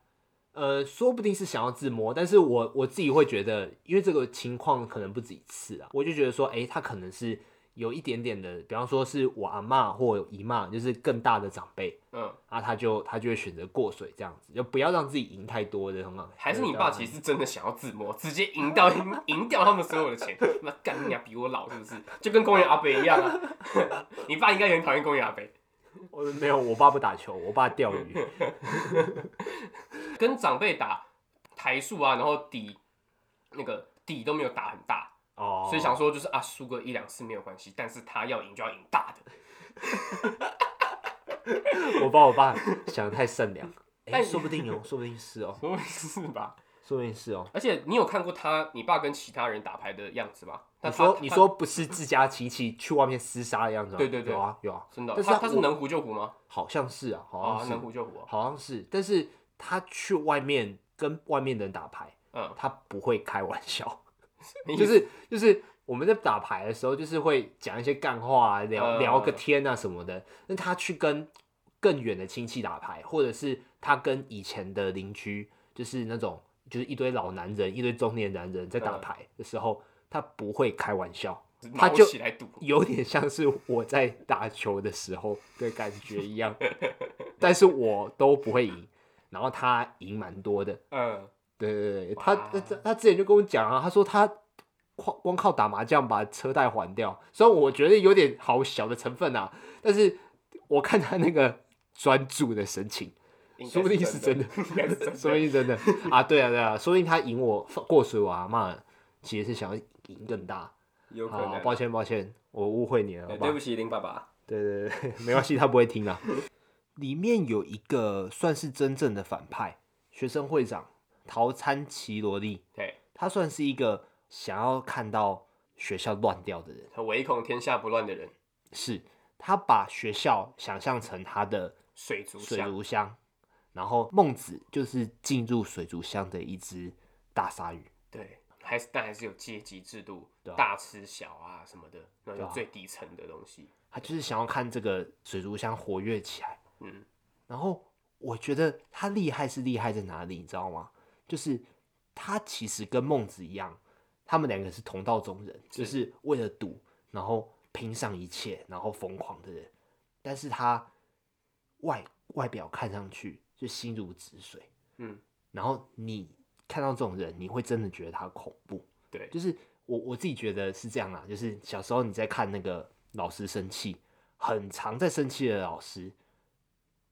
[SPEAKER 2] 呃，说不定是想要自摸，但是我我自己会觉得，因为这个情况可能不止一次啊，我就觉得说，诶、他可能是有一点点的，比方说是我阿嬷或姨妈，就是更大的长辈。
[SPEAKER 1] 嗯，
[SPEAKER 2] 啊，他就他就会选择过水这样子，就不要让自己赢太多的那种感觉。啊
[SPEAKER 1] 还是你爸其实是真的想要自摸，直接赢到赢掉他们所有的钱， *laughs* 那干你俩啊比我老是不是？就跟公园阿北一样啊， *laughs* 你爸应该也很讨厌公园阿北，
[SPEAKER 2] 我没有，我爸不打球，我爸钓鱼。
[SPEAKER 1] *laughs* 跟长辈打台数啊，然后底那个底都没有打很大，
[SPEAKER 2] 哦，
[SPEAKER 1] 所以想说就是啊，输个一两次没有关系，但是他要赢就要赢大的。
[SPEAKER 2] *laughs* 我把我爸想的太善良。 *laughs* 哎、
[SPEAKER 1] 但
[SPEAKER 2] 说不定哦，说 *laughs* 不定是哦，
[SPEAKER 1] 所以是吧？
[SPEAKER 2] 说不定是哦。
[SPEAKER 1] 而且你有看过他你爸跟其他人打牌的样子吗？
[SPEAKER 2] 你
[SPEAKER 1] 但他
[SPEAKER 2] 说
[SPEAKER 1] 他
[SPEAKER 2] 你说不是自家亲戚去外面厮杀的样子吗？
[SPEAKER 1] 对对对
[SPEAKER 2] 有啊有啊，
[SPEAKER 1] 真的哦，
[SPEAKER 2] 但是
[SPEAKER 1] 他
[SPEAKER 2] 他
[SPEAKER 1] 他是
[SPEAKER 2] 我
[SPEAKER 1] 能胡就胡吗？
[SPEAKER 2] 好像是啊，好
[SPEAKER 1] 啊
[SPEAKER 2] 像，是，
[SPEAKER 1] 能胡就胡哦。
[SPEAKER 2] 好像是。但是他去外面跟外面的人打牌，
[SPEAKER 1] 嗯，
[SPEAKER 2] 他不会开玩笑，
[SPEAKER 1] 没意
[SPEAKER 2] 就
[SPEAKER 1] 思
[SPEAKER 2] 是就是我们在打牌的时候，就是会讲一些干话啊，聊、
[SPEAKER 1] 呃
[SPEAKER 2] 聊个天啊什么的。那他去跟更远的亲戚打牌，或者是他跟以前的邻居，就是那种就是一堆老男人、一堆中年男人在打
[SPEAKER 1] 嗯
[SPEAKER 2] 牌的时候，他不会开玩笑，他
[SPEAKER 1] 毛
[SPEAKER 2] 就
[SPEAKER 1] 起来赌。
[SPEAKER 2] 有点像是我在打球的时候的感觉一
[SPEAKER 1] *laughs*
[SPEAKER 2] 样，但是我都不会赢，然后他赢蛮多的。
[SPEAKER 1] 嗯，
[SPEAKER 2] 对对对，他
[SPEAKER 1] 哇
[SPEAKER 2] 他他之前就跟我讲啊，他说他光光靠打麻将把车贷还掉，虽然我觉得有点好小的成分啊，但是我看他那个专注的神情，
[SPEAKER 1] 应该
[SPEAKER 2] 说不定是真的
[SPEAKER 1] 应该是
[SPEAKER 2] *laughs*
[SPEAKER 1] 真
[SPEAKER 2] 说
[SPEAKER 1] 的。
[SPEAKER 2] 不
[SPEAKER 1] *laughs*
[SPEAKER 2] 定真的啊，对啊对啊，说不定他赢我过水我阿妈，其实是想要赢更大。
[SPEAKER 1] 有可
[SPEAKER 2] 好，
[SPEAKER 1] 能。啊
[SPEAKER 2] 抱歉抱歉，我误会你了，好
[SPEAKER 1] 对
[SPEAKER 2] 吧
[SPEAKER 1] 对？不起，林爸爸。
[SPEAKER 2] 对对对，没关系，他不会听
[SPEAKER 1] *laughs*
[SPEAKER 2] 啦。里面有一个算是真正的反派，学生会长桃餐奇罗利，
[SPEAKER 1] 对，
[SPEAKER 2] 他算是一个想要看到学校乱掉的人，
[SPEAKER 1] 他唯恐天下不乱的人，
[SPEAKER 2] 是他把学校想象成他的
[SPEAKER 1] 水族
[SPEAKER 2] 水
[SPEAKER 1] 箱。
[SPEAKER 2] 族箱，然后孟子就是进入水族箱的一只大鲨鱼。
[SPEAKER 1] 对，还是但还是有阶级制度
[SPEAKER 2] 对啊，
[SPEAKER 1] 大吃小啊什么的，然后
[SPEAKER 2] 对啊
[SPEAKER 1] 有最底层的东西。
[SPEAKER 2] 他就是想要看这个水族箱活跃起来。
[SPEAKER 1] 嗯，
[SPEAKER 2] 然后我觉得他厉害是厉害在哪里，你知道吗？就是他其实跟孟子一样，他们两个是同道中人，
[SPEAKER 1] 是
[SPEAKER 2] 就是为了赌，然后拼上一切，然后疯狂的人。但是他外外表看上去就心如止水，
[SPEAKER 1] 嗯，
[SPEAKER 2] 然后你看到这种人，你会真的觉得他恐怖。
[SPEAKER 1] 对
[SPEAKER 2] 就是我我自己觉得是这样啦，就是小时候你在看那个老师生气，很常在生气的老师，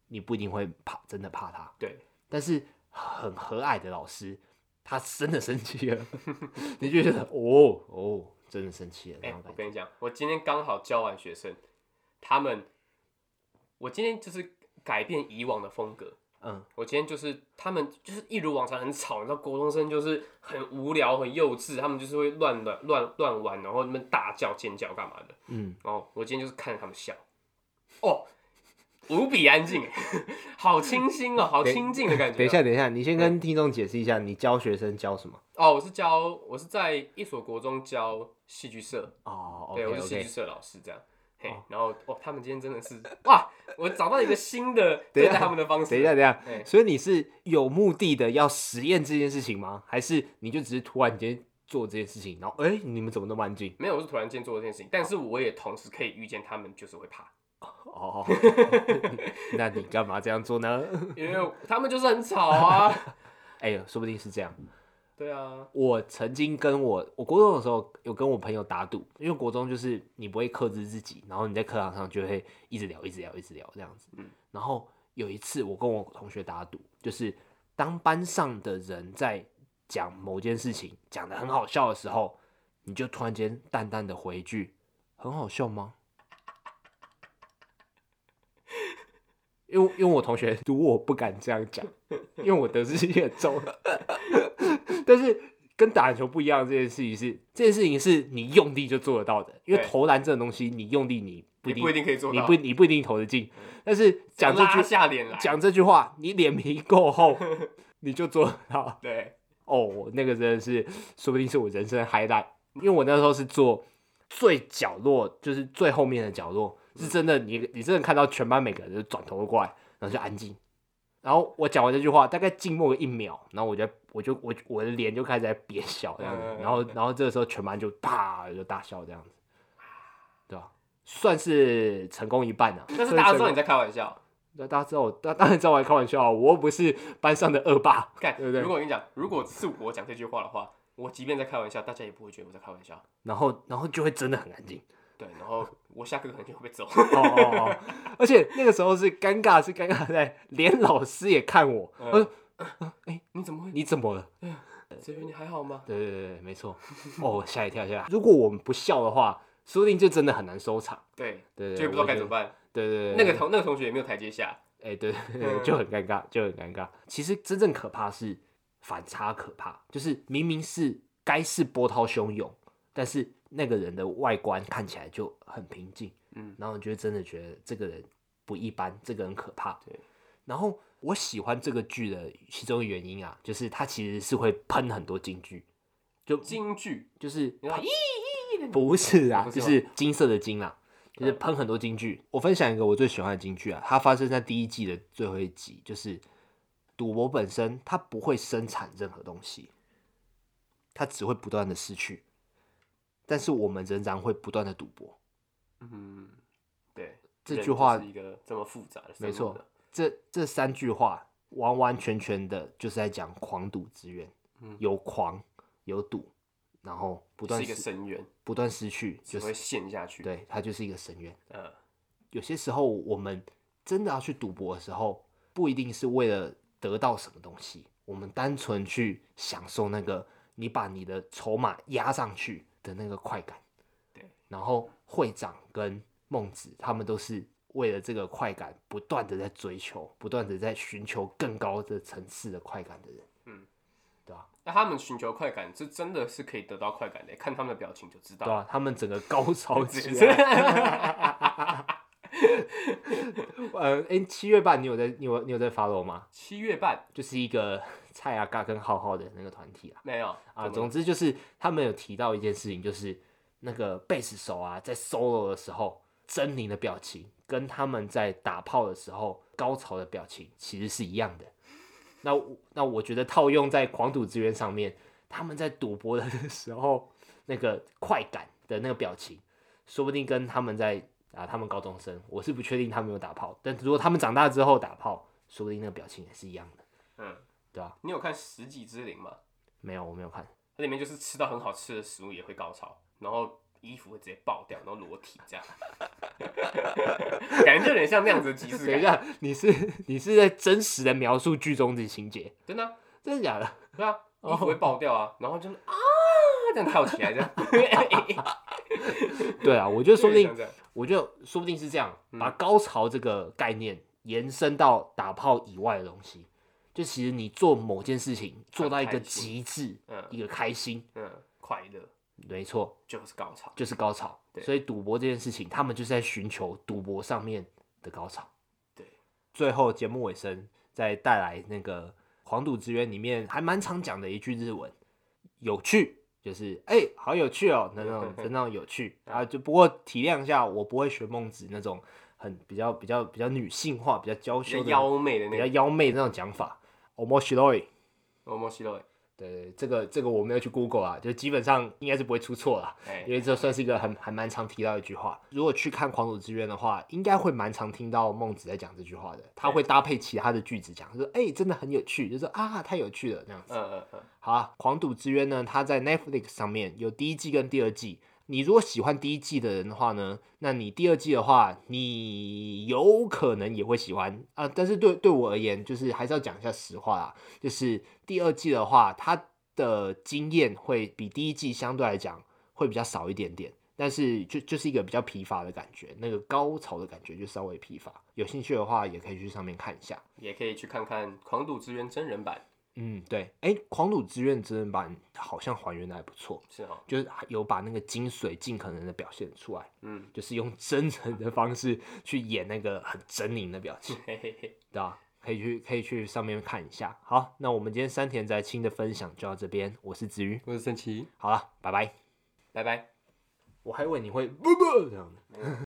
[SPEAKER 2] 你不一定会怕，真的怕他。
[SPEAKER 1] 对，
[SPEAKER 2] 但是很和蔼的老师，他真的生气了， *laughs* 你就觉得哦哦，真的生气了那
[SPEAKER 1] 哎、
[SPEAKER 2] 种
[SPEAKER 1] 我
[SPEAKER 2] 感觉。
[SPEAKER 1] 跟你讲，我今天刚好教完学生，他们，我今天就是改变以往的风格。
[SPEAKER 2] 嗯，
[SPEAKER 1] 我今天就是他们就是一如往常很吵，你知道国中生就是很无聊很幼稚，他们就是会乱乱乱乱玩，然后那边大叫尖叫干嘛的。
[SPEAKER 2] 嗯，
[SPEAKER 1] 然后我今天就是看着他们笑，哦，无比安静， *laughs* 好清新哦，好清静的感觉、
[SPEAKER 2] 哎等一下，，等一下，你先跟听众解释一下，你教学生教什么？
[SPEAKER 1] 哦，我是教我是在一所国中教戏剧社，
[SPEAKER 2] 哦
[SPEAKER 1] 对，我
[SPEAKER 2] ，OK
[SPEAKER 1] 是戏剧
[SPEAKER 2] OK，
[SPEAKER 1] 社老师这样。嘿
[SPEAKER 2] 哦，
[SPEAKER 1] 然后哦，他们今天真的是哇，我找到一个新的
[SPEAKER 2] 等
[SPEAKER 1] 对
[SPEAKER 2] 一下
[SPEAKER 1] 待他们的方式。
[SPEAKER 2] 等一下，等一下，
[SPEAKER 1] 哎
[SPEAKER 2] 所以你是有目的的要实验这件事情吗？还是你就只是突然间做这件事情，然后哎、你们怎么那么安静？
[SPEAKER 1] 没有，我是突然间做这件事情，但是我也同时可以预见他们就是会怕，
[SPEAKER 2] 哦， *laughs* 那你干嘛这样做呢？ *laughs*
[SPEAKER 1] 因为他们就是很吵啊。
[SPEAKER 2] 哎呦，说不定是这样。
[SPEAKER 1] 对啊，
[SPEAKER 2] 我曾经跟我我国中的时候有跟我朋友打赌，因为国中就是你不会克制自己，然后你在课堂上就会一直聊、一直聊、一直聊这样子。
[SPEAKER 1] 嗯
[SPEAKER 2] 然后有一次我跟我同学打赌，就是当班上的人在讲某件事情讲的很好笑的时候，你就突然间淡淡的回一句：“很好笑吗？” *laughs* 因为因为我同学赌我不敢这样讲，因为我得失心很重。 *laughs* 但是跟打篮球不一样，这件事情是这件事情是你用力就做得到的，因为
[SPEAKER 1] 对
[SPEAKER 2] 投篮这种东西，你用力你不
[SPEAKER 1] 你
[SPEAKER 2] 一定
[SPEAKER 1] 不一定可以做
[SPEAKER 2] 你
[SPEAKER 1] 到，
[SPEAKER 2] 不你不一定投得进，但是讲这
[SPEAKER 1] 嗯拉
[SPEAKER 2] 句
[SPEAKER 1] 下脸来，
[SPEAKER 2] 讲这句话，你脸皮够厚， *laughs* 你就做得到。 *laughs*
[SPEAKER 1] 对，
[SPEAKER 2] 哦，那个真的是，说不定是我人生的 highlight，因为我那时候是坐最角落，就是最后面的角落，
[SPEAKER 1] 嗯
[SPEAKER 2] 是真的你，你真的看到全班每个人就转头过来，然后就安静。然后我讲完这句话，大概静默个一秒，然后我就我就我我的脸就开始在憋笑这样子
[SPEAKER 1] 嗯嗯，嗯
[SPEAKER 2] 然后然后这个时候全班就啪就大笑这样子，对吧？算是成功一半啊。
[SPEAKER 1] 但是大家知道你
[SPEAKER 2] 在，
[SPEAKER 1] 在开玩笑。
[SPEAKER 2] 那大家知道我，大大家知道我在开玩笑啊，我又不是班上的恶霸，
[SPEAKER 1] 看，
[SPEAKER 2] 对不对
[SPEAKER 1] 如果我跟你讲，如果是我讲这句话的话，我即便在开玩笑，大家也不会觉得我在开玩笑。
[SPEAKER 2] 然后然后就会真的很安静。
[SPEAKER 1] 对，然后我下课可能就会被揍。 *laughs*
[SPEAKER 2] 哦哦，哦，而且那个时候是尴尬，是尴尬在连老师也看我，
[SPEAKER 1] 嗯
[SPEAKER 2] 我说
[SPEAKER 1] 你怎么会？
[SPEAKER 2] 你怎么了？
[SPEAKER 1] 泽源，你还好吗？
[SPEAKER 2] 对对对，对没错。哦，吓一跳吓一跳。如果我们不笑的话，说不定就真的很难收场。
[SPEAKER 1] 对，
[SPEAKER 2] 对对
[SPEAKER 1] 就
[SPEAKER 2] 对，
[SPEAKER 1] 也不知道该怎么
[SPEAKER 2] 办。
[SPEAKER 1] 办。
[SPEAKER 2] 对对对，
[SPEAKER 1] 那个同那个同学也没有台阶下。
[SPEAKER 2] 哎、对 *laughs* 对对，
[SPEAKER 1] 嗯
[SPEAKER 2] 就很尴尬，就很尴尬。其实真正可怕是反差可怕，就是明明是该是波涛汹涌，但是那个人的外观看起来就很平静，
[SPEAKER 1] 嗯，
[SPEAKER 2] 然后你就真的觉得这个人不一般，这个人可怕。
[SPEAKER 1] 对，
[SPEAKER 2] 然后我喜欢这个剧的其中一个原因啊，就是它其实是会喷很多金句，就
[SPEAKER 1] 京剧
[SPEAKER 2] 就是
[SPEAKER 1] 你知道
[SPEAKER 2] 呸 *laughs* 不是啊，
[SPEAKER 1] 不是
[SPEAKER 2] 就
[SPEAKER 1] 吗
[SPEAKER 2] 是金色的金啦、就是喷很多金句。我分享一个我最喜欢的金句啊，它发生在第一季的最后一集，就是赌博本身它不会生产任何东西，它只会不断的失去，但是我们仍然会不断的赌博。
[SPEAKER 1] 嗯，对，
[SPEAKER 2] 这
[SPEAKER 1] 人
[SPEAKER 2] 句话
[SPEAKER 1] 就是一个这么复杂的生
[SPEAKER 2] 没
[SPEAKER 1] 物
[SPEAKER 2] 错
[SPEAKER 1] 的，
[SPEAKER 2] 这这三句话完完全全的就是在讲狂赌之源，
[SPEAKER 1] 嗯
[SPEAKER 2] 有狂有赌，然后不
[SPEAKER 1] 是
[SPEAKER 2] 断
[SPEAKER 1] 一个
[SPEAKER 2] 失
[SPEAKER 1] 深渊，
[SPEAKER 2] 不断失去，
[SPEAKER 1] 只
[SPEAKER 2] 就
[SPEAKER 1] 会
[SPEAKER 2] 是
[SPEAKER 1] 陷下去。，
[SPEAKER 2] 对它就是一个深渊。
[SPEAKER 1] 呃，
[SPEAKER 2] 有些时候我们真的要去赌博的时候，不一定是为了得到什么东西，我们单纯去享受那个你把你的筹码压上去的那个快感。
[SPEAKER 1] 对，
[SPEAKER 2] 然后会长跟孟子他们都是为了这个快感，不断的在追求，不断的在寻求更高的层次的快感的人。
[SPEAKER 1] 嗯，
[SPEAKER 2] 对吧、
[SPEAKER 1] 那他们寻求快感，这真的是可以得到快感的，看他们的表情就知
[SPEAKER 2] 对啊
[SPEAKER 1] 道。
[SPEAKER 2] 吧、他们整个
[SPEAKER 1] *laughs*
[SPEAKER 2] 高潮啊
[SPEAKER 1] 直
[SPEAKER 2] 起
[SPEAKER 1] 接
[SPEAKER 2] 来。呃，哎，七月半你有在你有你有在 follow 吗？
[SPEAKER 1] 七月半
[SPEAKER 2] 就是一个 *laughs* 蔡阿嘎跟浩浩的那个团体啊。
[SPEAKER 1] 没有怎
[SPEAKER 2] 啊，
[SPEAKER 1] 么
[SPEAKER 2] 总之就是他们有提到一件事情，就是那个贝斯手啊，在 solo 的时候狰狞的表情，跟他们在打炮的时候高潮的表情其实是一样的。那我那我觉得套用在狂赌之渊上面，他们在赌博的 *laughs* 时候那个快感的那个表情，说不定跟他们在啊，他们高中生，我是不确定他们有打炮，但如果他们长大之后打炮，说不定那个表情也是一样的。
[SPEAKER 1] 嗯，
[SPEAKER 2] 对啊，
[SPEAKER 1] 你有看《十几之灵》吗？
[SPEAKER 2] 没有，我没有看。
[SPEAKER 1] 它里面就是吃到很好吃的食物也会高潮，然后衣服会直接爆掉，然后裸体这样，感觉就有点像那样子的即视
[SPEAKER 2] 等一
[SPEAKER 1] 感。
[SPEAKER 2] 下，你是你是在真实的描述剧中的情节，
[SPEAKER 1] 真的、啊，
[SPEAKER 2] 真的假的？ *laughs*
[SPEAKER 1] 对啊，衣服会爆掉啊，然后就是啊这样跳起来这样，
[SPEAKER 2] 对啊，我觉得 *laughs* 说不定，
[SPEAKER 1] 这样
[SPEAKER 2] 我觉得说不定是这样，把
[SPEAKER 1] 嗯
[SPEAKER 2] 高潮这个概念延伸到打炮以外的东西。就其实你做某件事情做到一个
[SPEAKER 1] 很开心
[SPEAKER 2] 极致，
[SPEAKER 1] 嗯
[SPEAKER 2] 一个开心，
[SPEAKER 1] 嗯，快乐
[SPEAKER 2] 没错，
[SPEAKER 1] 就是高潮。
[SPEAKER 2] 就是高潮。
[SPEAKER 1] 对
[SPEAKER 2] 所以赌博这件事情，他们就是在寻求赌博上面的高潮。
[SPEAKER 1] 对，
[SPEAKER 2] 最后节目尾声再带来那个《黄赌之渊》里面还蛮常讲的一句日文，有趣，就是哎、好有趣哦，那 *laughs* 种那种有趣啊。就不过体谅一下，我不会学孟子那种很比较比较比较女性化、比较娇
[SPEAKER 1] 比较
[SPEAKER 2] 羞的、
[SPEAKER 1] 妖媚的
[SPEAKER 2] 比
[SPEAKER 1] 那
[SPEAKER 2] 较
[SPEAKER 1] 个，
[SPEAKER 2] 妖媚的那种讲法。o m o s h i r o i
[SPEAKER 1] 我哦莫西洛耶，
[SPEAKER 2] 对对，这个这个我没有去 Google 啊，就基本上应该是不会出错啦。
[SPEAKER 1] 哎
[SPEAKER 2] 因，为这算是一个很还蛮常提到的一句话。如果去看《狂赌之渊》的话，应该会蛮常听到孟子在讲这句话的。他会搭配其他的句子讲，说：“哎、真的很有趣。”就说：“啊，太有趣了。”这样子。
[SPEAKER 1] 嗯嗯嗯，
[SPEAKER 2] 好啊，《狂赌之渊》呢，它在 Netflix 上面有第一季跟第二季。你如果喜欢第一季的人的话呢，那你第二季的话，你有可能也会喜欢啊、但是对对我而言，就是还是要讲一下实话啦，就是第二季的话，它的经验会比第一季相对来讲会比较少一点点，但是就就是一个比较疲乏的感觉，那个高潮的感觉就稍微疲乏。有兴趣的话，也可以去上面看一下。
[SPEAKER 1] 也可以去看看《狂赌之渊》真人版，
[SPEAKER 2] 嗯，对，哎，《狂赌之渊》真人版好像还原的还不错，
[SPEAKER 1] 是哦，
[SPEAKER 2] 就是有把那个精髓尽可能的表现出来，
[SPEAKER 1] 嗯，
[SPEAKER 2] 就是用真诚的方式去演那个很狰狞的表情，
[SPEAKER 1] 嘿嘿嘿，
[SPEAKER 2] 对吧？可以去可以去上面看一下。好，那我们今天山田宅青的分享就到这边，我是子瑜，
[SPEAKER 1] 我是森奇，
[SPEAKER 2] 好了，拜拜。
[SPEAKER 1] 拜拜。
[SPEAKER 2] 我还以为你会不不这样的。